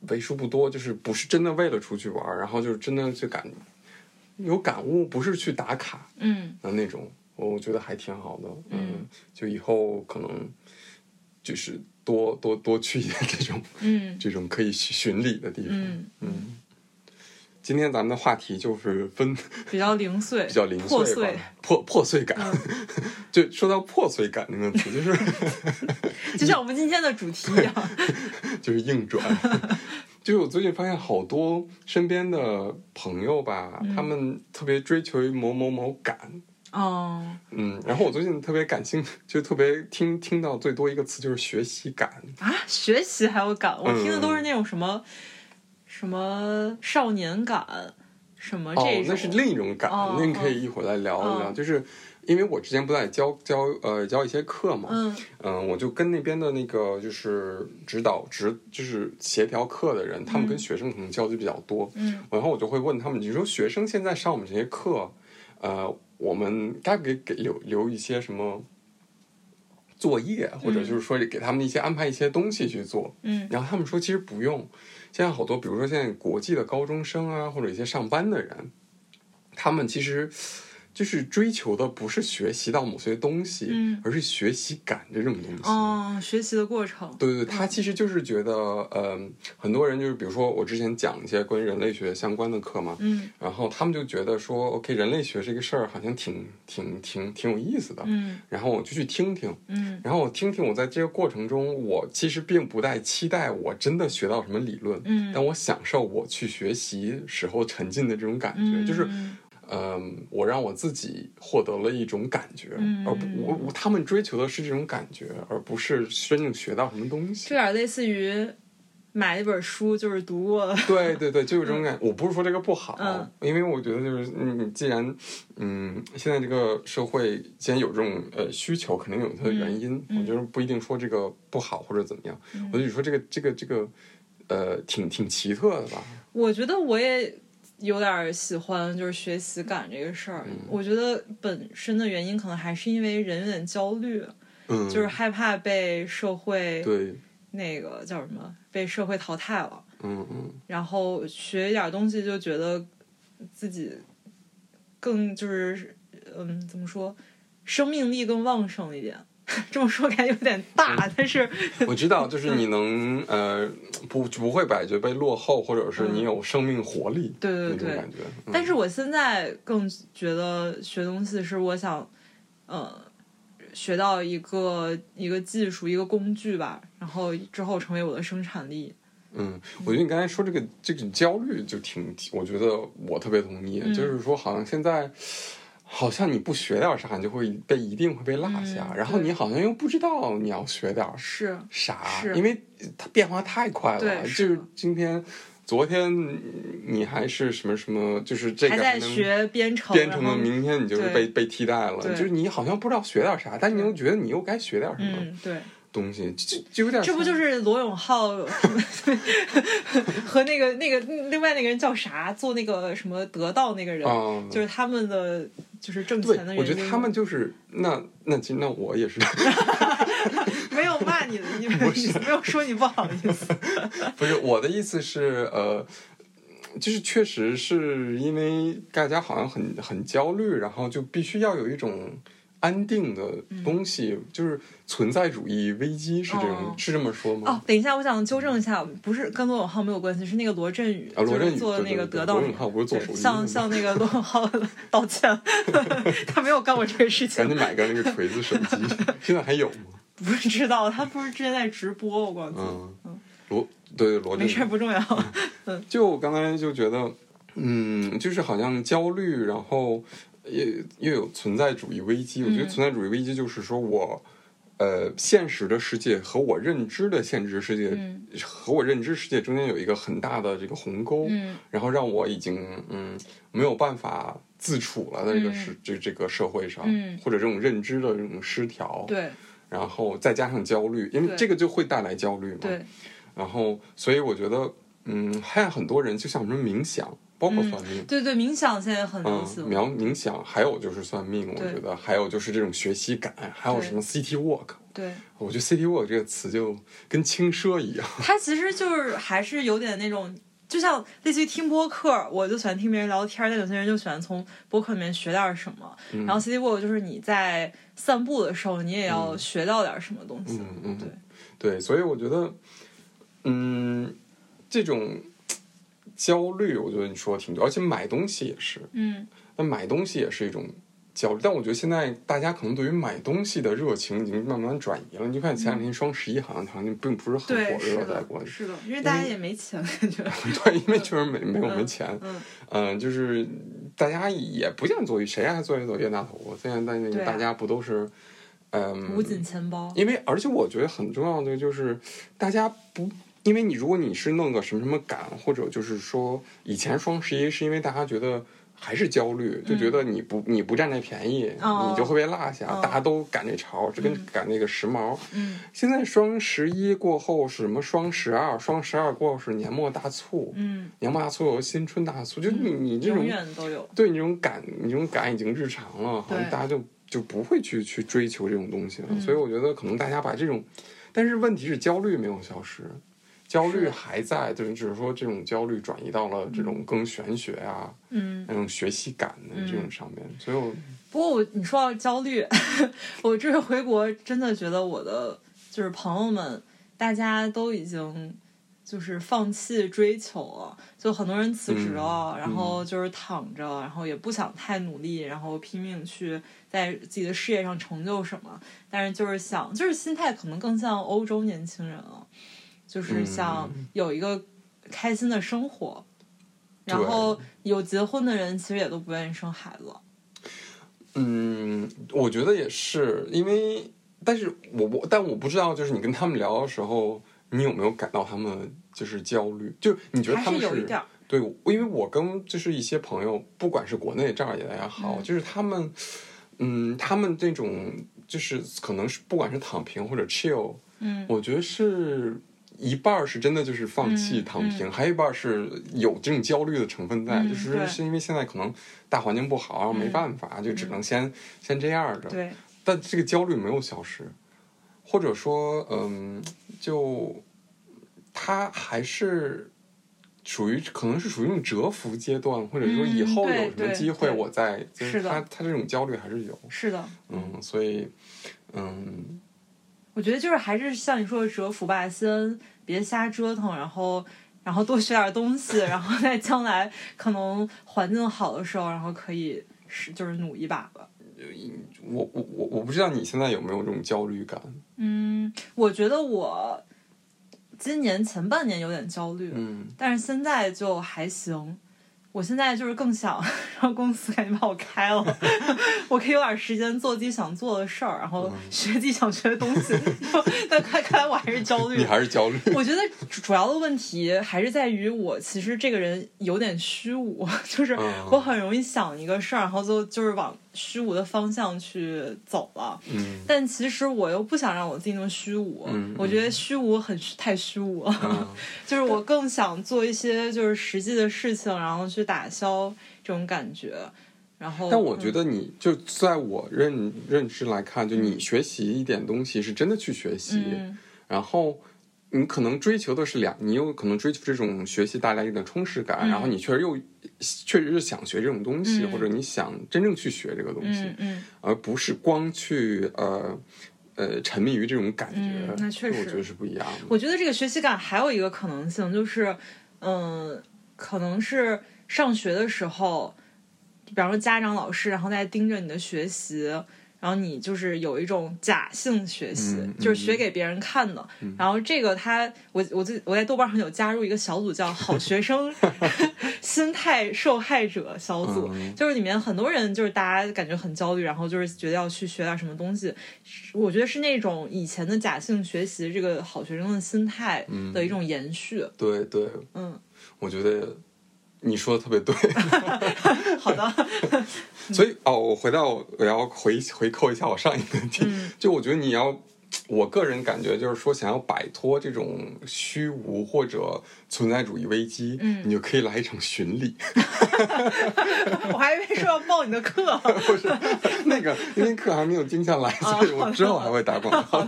为数不多，就是不是真的为了出去玩儿，然后就是真的去感有感悟，不是去打卡嗯的那种，我觉得还挺好的。嗯，嗯就以后可能就是多多多去一点这种嗯这种可以去巡礼的地方。嗯，嗯今天咱们的话题就是分。 比较零碎，比较零破碎碎嗯吧，，破破碎感。 就说到破碎感那个词，就是就像我们今天的主题一样。就是硬转。 就是我最近发现好多身边的朋友吧，嗯他们特别追求某某某感，哦嗯，然后我最近特别感兴趣，就特别听听到最多一个词就是学习感，啊，学习还有感，我听的嗯都是那种什么什么少年感，什么哦这，那是种。另一种感，哦您可以一会儿再聊一聊，哦就是。因为我之前不在教教呃教一些课嘛，嗯嗯，我就跟那边的那个就是指导指就是协调课的人，他们跟学生可能交集比较多，嗯然后我就会问他们，你说学生现在上我们这些课，呃，我们该不该给留留一些什么作业，或者就是说给他们一些安排一些东西去做？嗯然后他们说其实不用，现在好多，比如说现在国际的高中生啊，或者一些上班的人，他们其实就是追求的不是学习到某些东西，嗯而是学习感这种东西。哦，学习的过程，对对，对他其实就是觉得，呃，很多人就是，比如说我之前讲一些关于人类学相关的课嘛，嗯然后他们就觉得说，OK，人类学这个事儿好像挺挺挺挺有意思的，嗯然后我就去听听，嗯然后我听听，我在这个过程中，我其实并不太期待我真的学到什么理论，嗯，但我享受我去学习时候沉浸的这种感觉，嗯就是，嗯嗯、我让我自己获得了一种感觉，嗯而不我我他们追求的是这种感觉，而不是真正学到什么东西这。有点类似于买一本书，就是读过， 对对对，就有这种感我不是说这个不好，嗯因为我觉得就是，嗯，既然，嗯，现在这个社会既然有这种呃需求，肯定有它的原因。嗯嗯我觉得不一定说这个不好或者怎么样，嗯我就说这个这个这个，呃，挺挺奇特的吧。我觉得我也有点喜欢就是学习感这个事儿。嗯我觉得本身的原因可能还是因为人有点焦虑，嗯，就是害怕被社会对，那个叫什么被社会淘汰了，嗯 嗯然后学一点东西就觉得自己更就是嗯怎么说，生命力更旺盛一点。 这么说感觉有点大，但是，我知道，就是你能呃不不会感觉被落后，或者是你有生命活力、嗯对对那种对，感觉。嗯但是我现在更觉得学东西是我想，呃，学到一个一个技术、一个工具吧，然后之后成为我的生产力。嗯，我觉得你刚才说这个这种焦虑就挺，我觉得我特别同意，嗯就是说好像现在。好像你不学点啥，你就会被一定会被落下，嗯然后对你好像又不知道你要学点是，啥，是因为它变化太快对了。就是是今天、昨天你还是什么什么，就是这个还在能学编程，变然成后了明天你就是对被被替代了，对就是你好像不知道学点啥，但你又觉得你又该学点什么嗯，对，东西，就就就有点 这不像就是罗永浩和那个那个另外那个人叫啥？做那个什么得到那个人，啊，就是他们的就是挣对钱的，人。我觉得他们就是那那其实那我也是，没有骂你的 意思，没有说你不好意思。不是我的意思是呃，就是确实是因为大家好像很很焦虑，然后就必须要有一种。安定的嗯东西、就是存在主义危机，是这种、哦是这么说吗？哦，等一下，我想纠正一下，不是跟罗永浩没有关系，是那个罗振宇，啊罗振就宇是做对对那个对得到罗永浩不是做对手机的吗向向那个罗永浩 道 歉，他没有干过这个事赶情，紧买个那个锤子手 机，现在还有吗？不知道他不是之前在直播，我光记得，嗯，罗对罗没振事宇，不重要，就我刚才就觉得，嗯，就是好像焦虑，然后也又有存在主义危机。我觉得嗯存在主义危机就是说我。呃，现实的世界和我认知的现实世界，嗯和我认知世界中间有一个很大的这个鸿沟， 嗯然后让我已经嗯没有办法自处了，在这个嗯社、这这个社会上，嗯或者这种认知的这种失调，对然后再加上焦虑，因为对这个就会带来焦虑嘛。对，然后，所以我觉得，嗯，还有很多人就像什么冥想，包括嗯算命，对对，冥想现在很流嗯，行，描冥想，还有就是算命，我对觉得还有就是这种学习感，还有对什么 City Walk，对，我觉得 City Walk 这个词就跟轻奢一样，他其实就是还是有点那种。就像类似于听播客，我就喜欢听别人聊天，但有些人就喜欢从播客里面学点什么。嗯然后 City Walk 就是你在散步的时候，你也要学到点什么东西。嗯嗯对，对，所以我觉得，嗯，这种焦虑，我觉得你说的挺对，而且买东西也是，嗯那买东西也是一种焦虑，但我觉得现在大家可能对于买东西的热情已经慢慢转移了。你就看前两天双十一好像好像并不是，很嗯对，火是热，在国的， 内，嗯是的，因为大家也没钱，感 觉，对，因为确实没没有没钱，嗯，嗯、就是大家也不想做，谁还做一做冤大头啊？现在在那对个啊大家不都是，嗯、捂紧钱包，因为而且我觉得很重要的就是大家不。因为你，如果你是弄个什么什么感，或者就是说，以前双十一是因为大家觉得还是焦虑，就觉得你不你不占这便宜，嗯哦你就会被落下。哦大家都赶这潮，就跟赶那个时髦。嗯现在双十一过后是什么双十二，双十二过后是年末大促，嗯，年末大促有新春大促，就你你这永种远都有。对你这种感，你这种感已经日常了，好对像大家就就不会去去追求这种东西了。嗯所以我觉得可能大家把这种，但是问题是焦虑没有消失，焦虑是还在，就是只是说这种焦虑转移到了这种更玄学啊、嗯，那种学习感的这种上面。所以我不过我你说到焦虑， 我这次回国真的觉得我的就是朋友们，大家都已经就是放弃追求了，就很多人辞职了，嗯然后就是躺着，然后也不想太努力，然后拼命去在自己的事业上成就什么，但是就是想，就是心态可能更像欧洲年轻人了，嗯就是想有一个开心的生活。然后有结婚的人其实也都不愿意生孩子了，嗯，我觉得也是，因为但是我我但我不知道，就是你跟他们聊的时候，你有没有感到他们就是焦虑？就你觉得还他们有一点儿，对，我因为我跟就是一些朋友，不管是国内这儿也好，嗯就是他们，嗯，他们这种就是可能是不管是躺平或者 chill，嗯我觉得是一半儿是真的就是放弃嗯躺平，还有一半儿是有这种焦虑的成分在，嗯就是对是因为现在可能大环境不好，然后没嗯办法，就只能先先这样着。对，但这个焦虑没有消失，或者说，嗯，就他还是属于可能是属于那种蛰伏阶段，或者说以后有对什么机会嗯对对我再，就是的他他这种焦虑还是有，是的，嗯，所以，嗯，我觉得就是还是像你说的蛰伏吧，先别瞎折腾，然后然后多学点东西， 然后在将来可能环境好的时候，然后可以是就是努一把吧。我我我我不知道你现在有没有这种焦虑感，嗯，我觉得我今年前半年有点焦虑，嗯，但是现在就还行。我现在就是更 想让公司赶紧把我开了， 我可以有点时间做自己想做的事儿，然嗯后学自己想学的东 西。但看看来我还是焦虑你的，还是焦虑， 我觉得主主要的问题还是在于我其实这个人有点虚无， 就是嗯我很容易想一个事儿，然后就就是往虚无的方向去走了。嗯但其实我又不想让我自己那么虚无，嗯嗯我觉得虚无很虚太虚无了，嗯 就是我更想做一些就是实际的事情，然后去打消这种感觉。然后，但我觉嗯得你就在我认认知来看，就你学习一点东西是真的去学习，嗯然后你可能追求的是两，你有可能追求这种学习带来一点充实感，嗯然后你确实又确实是想学这种东西，嗯或者你想真正去学这个东西，嗯嗯，而不是光去呃呃沉迷于这种感觉。嗯那确实我觉得是不一样的。我觉得这个学习感还有一个可能性，就是，嗯，可能是上学的时候，比方说家长、老师，然后在盯着你的学习，然后你就是有一种假性学习，嗯嗯嗯就是学给别人看的。然后这个他，我我自我在豆瓣上有加入一个小组叫“好学 生心态受害者小组”，嗯就是里面很多人就是大家感觉很焦虑，然后就是觉得要去学点什么东西。我觉得是那种以前的假性学习这个好学生的心态嗯的一种延续。对对，嗯，我觉得你说的特别对。好的， 嗯所以哦，我回到我要回回扣一下我上一个题，嗯 就我觉得你要，我个人感觉就是说，想要摆脱这种虚无或者存在主义危机，嗯你就可以来一场巡 礼。我还以为说要报你的课。那个因为课还没有定下来，所哦以我之后还会打广告。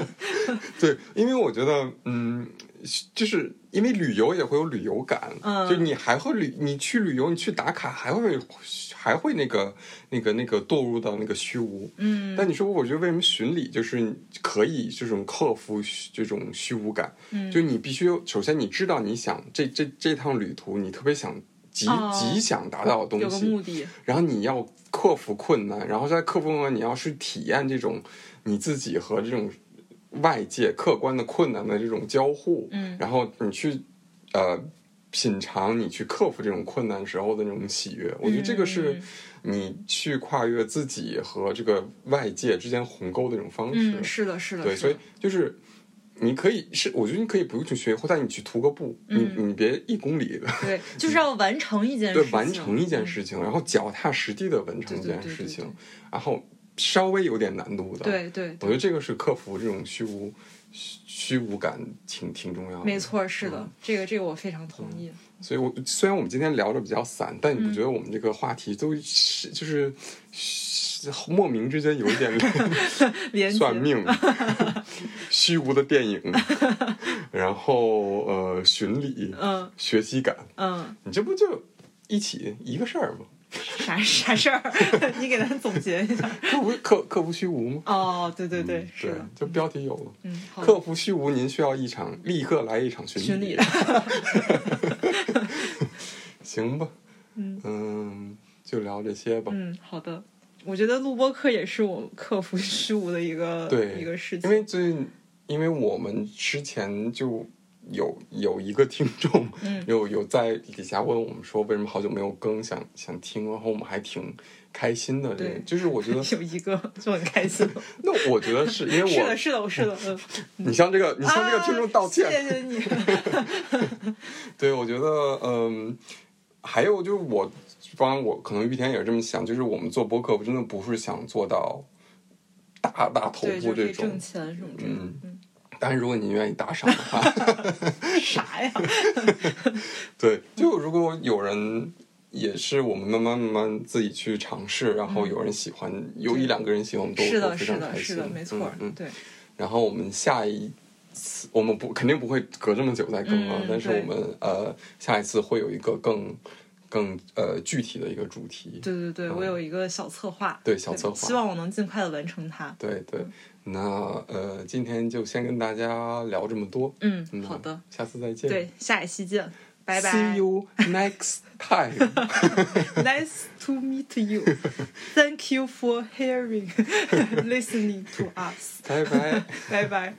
对，因为我觉得，嗯，就是因为旅游也会有旅游感，嗯就你还会旅，你去旅游，你去打卡，还会还会那个那个那个堕入到那个虚无。嗯但你说，我觉得为什么巡礼就是可以这种克服虚这种虚无感？嗯就你必须首先你知道你想这这这趟旅途你特别想极、哦极想达到的有 个东西，目的。然后你要克服困难，然后在克服困难你要去体验这种你自己和这种外界客观的困难的这种交互，嗯然后你去呃品尝你去克服这种困难时候的那种喜悦。我觉得这个是嗯你去跨越自己和这个外界之间鸿沟的一种方式。嗯，是的，是的。对，是所的以就是你可以是，我觉得你可以不用去学或但你去徒个步，你你别一公里的，对，嗯就是要完成一件事嗯对情，，完成一件事情，然后脚踏实地的完成一嗯对对件对事对情，然后稍微有点难度的，嗯。，对对，我觉得这个是克服这种虚无虚虚无感挺挺重要的，没。错，是嗯的，这个这个我非常同意。所以我虽然我们今天聊的比较散，但你不嗯觉得我们这个话题都是就是是莫名之间有 一点连接算命、 虚无的电影， 然后呃巡礼、嗯学习感，嗯，你这不就一起一个事儿吗？啥啥事儿？ 你给咱总结一下。克服克克服虚无吗？哦，对对对，嗯是的，就标题有了。嗯，好的，克服虚无，您需要一场立刻来一场巡群里 行吧，嗯嗯，就聊这些吧。嗯，好的。我觉得录播课也是我克服虚无的一个对一个事情，因为最近，因为我们之前就有有一个听众，嗯有有在底下问我们说为什么好久没有更，想想听，然后我们还挺开心的。对，就是我觉得有一个就很开心。那我觉得是因为是的，我，是的，我是 的，嗯。你向这个你向这个听众道歉，啊谢谢你。 对，我觉得，嗯，还有就是我，当然我可能玉田也是这么想，就是我们做播客真的不是想做到大大头对，部就是可这以挣种，钱什么之类的嗯。但是如果你愿意打赏的话， 啥呀？对，就如果有人。也是我们慢慢慢慢自己去尝试，然后有人喜欢，有一嗯对两个人喜欢，我们都是都的，是非常开的，心。是的，没错儿。嗯，嗯对，然后我们下一次，我们不肯定不会隔这么久再更了，嗯但是我们呃下一次会有一个更更呃具体的一个主题。对对对，我有一个小策划，嗯对小策划希望我能尽快的完成它。对对，那呃今天就先跟大家聊这么多。嗯，嗯好的，，下次再见。对，下一期见，拜拜。 See you next time. Nice to meet you. Thank you for hearing, listening to us. 拜拜。拜拜。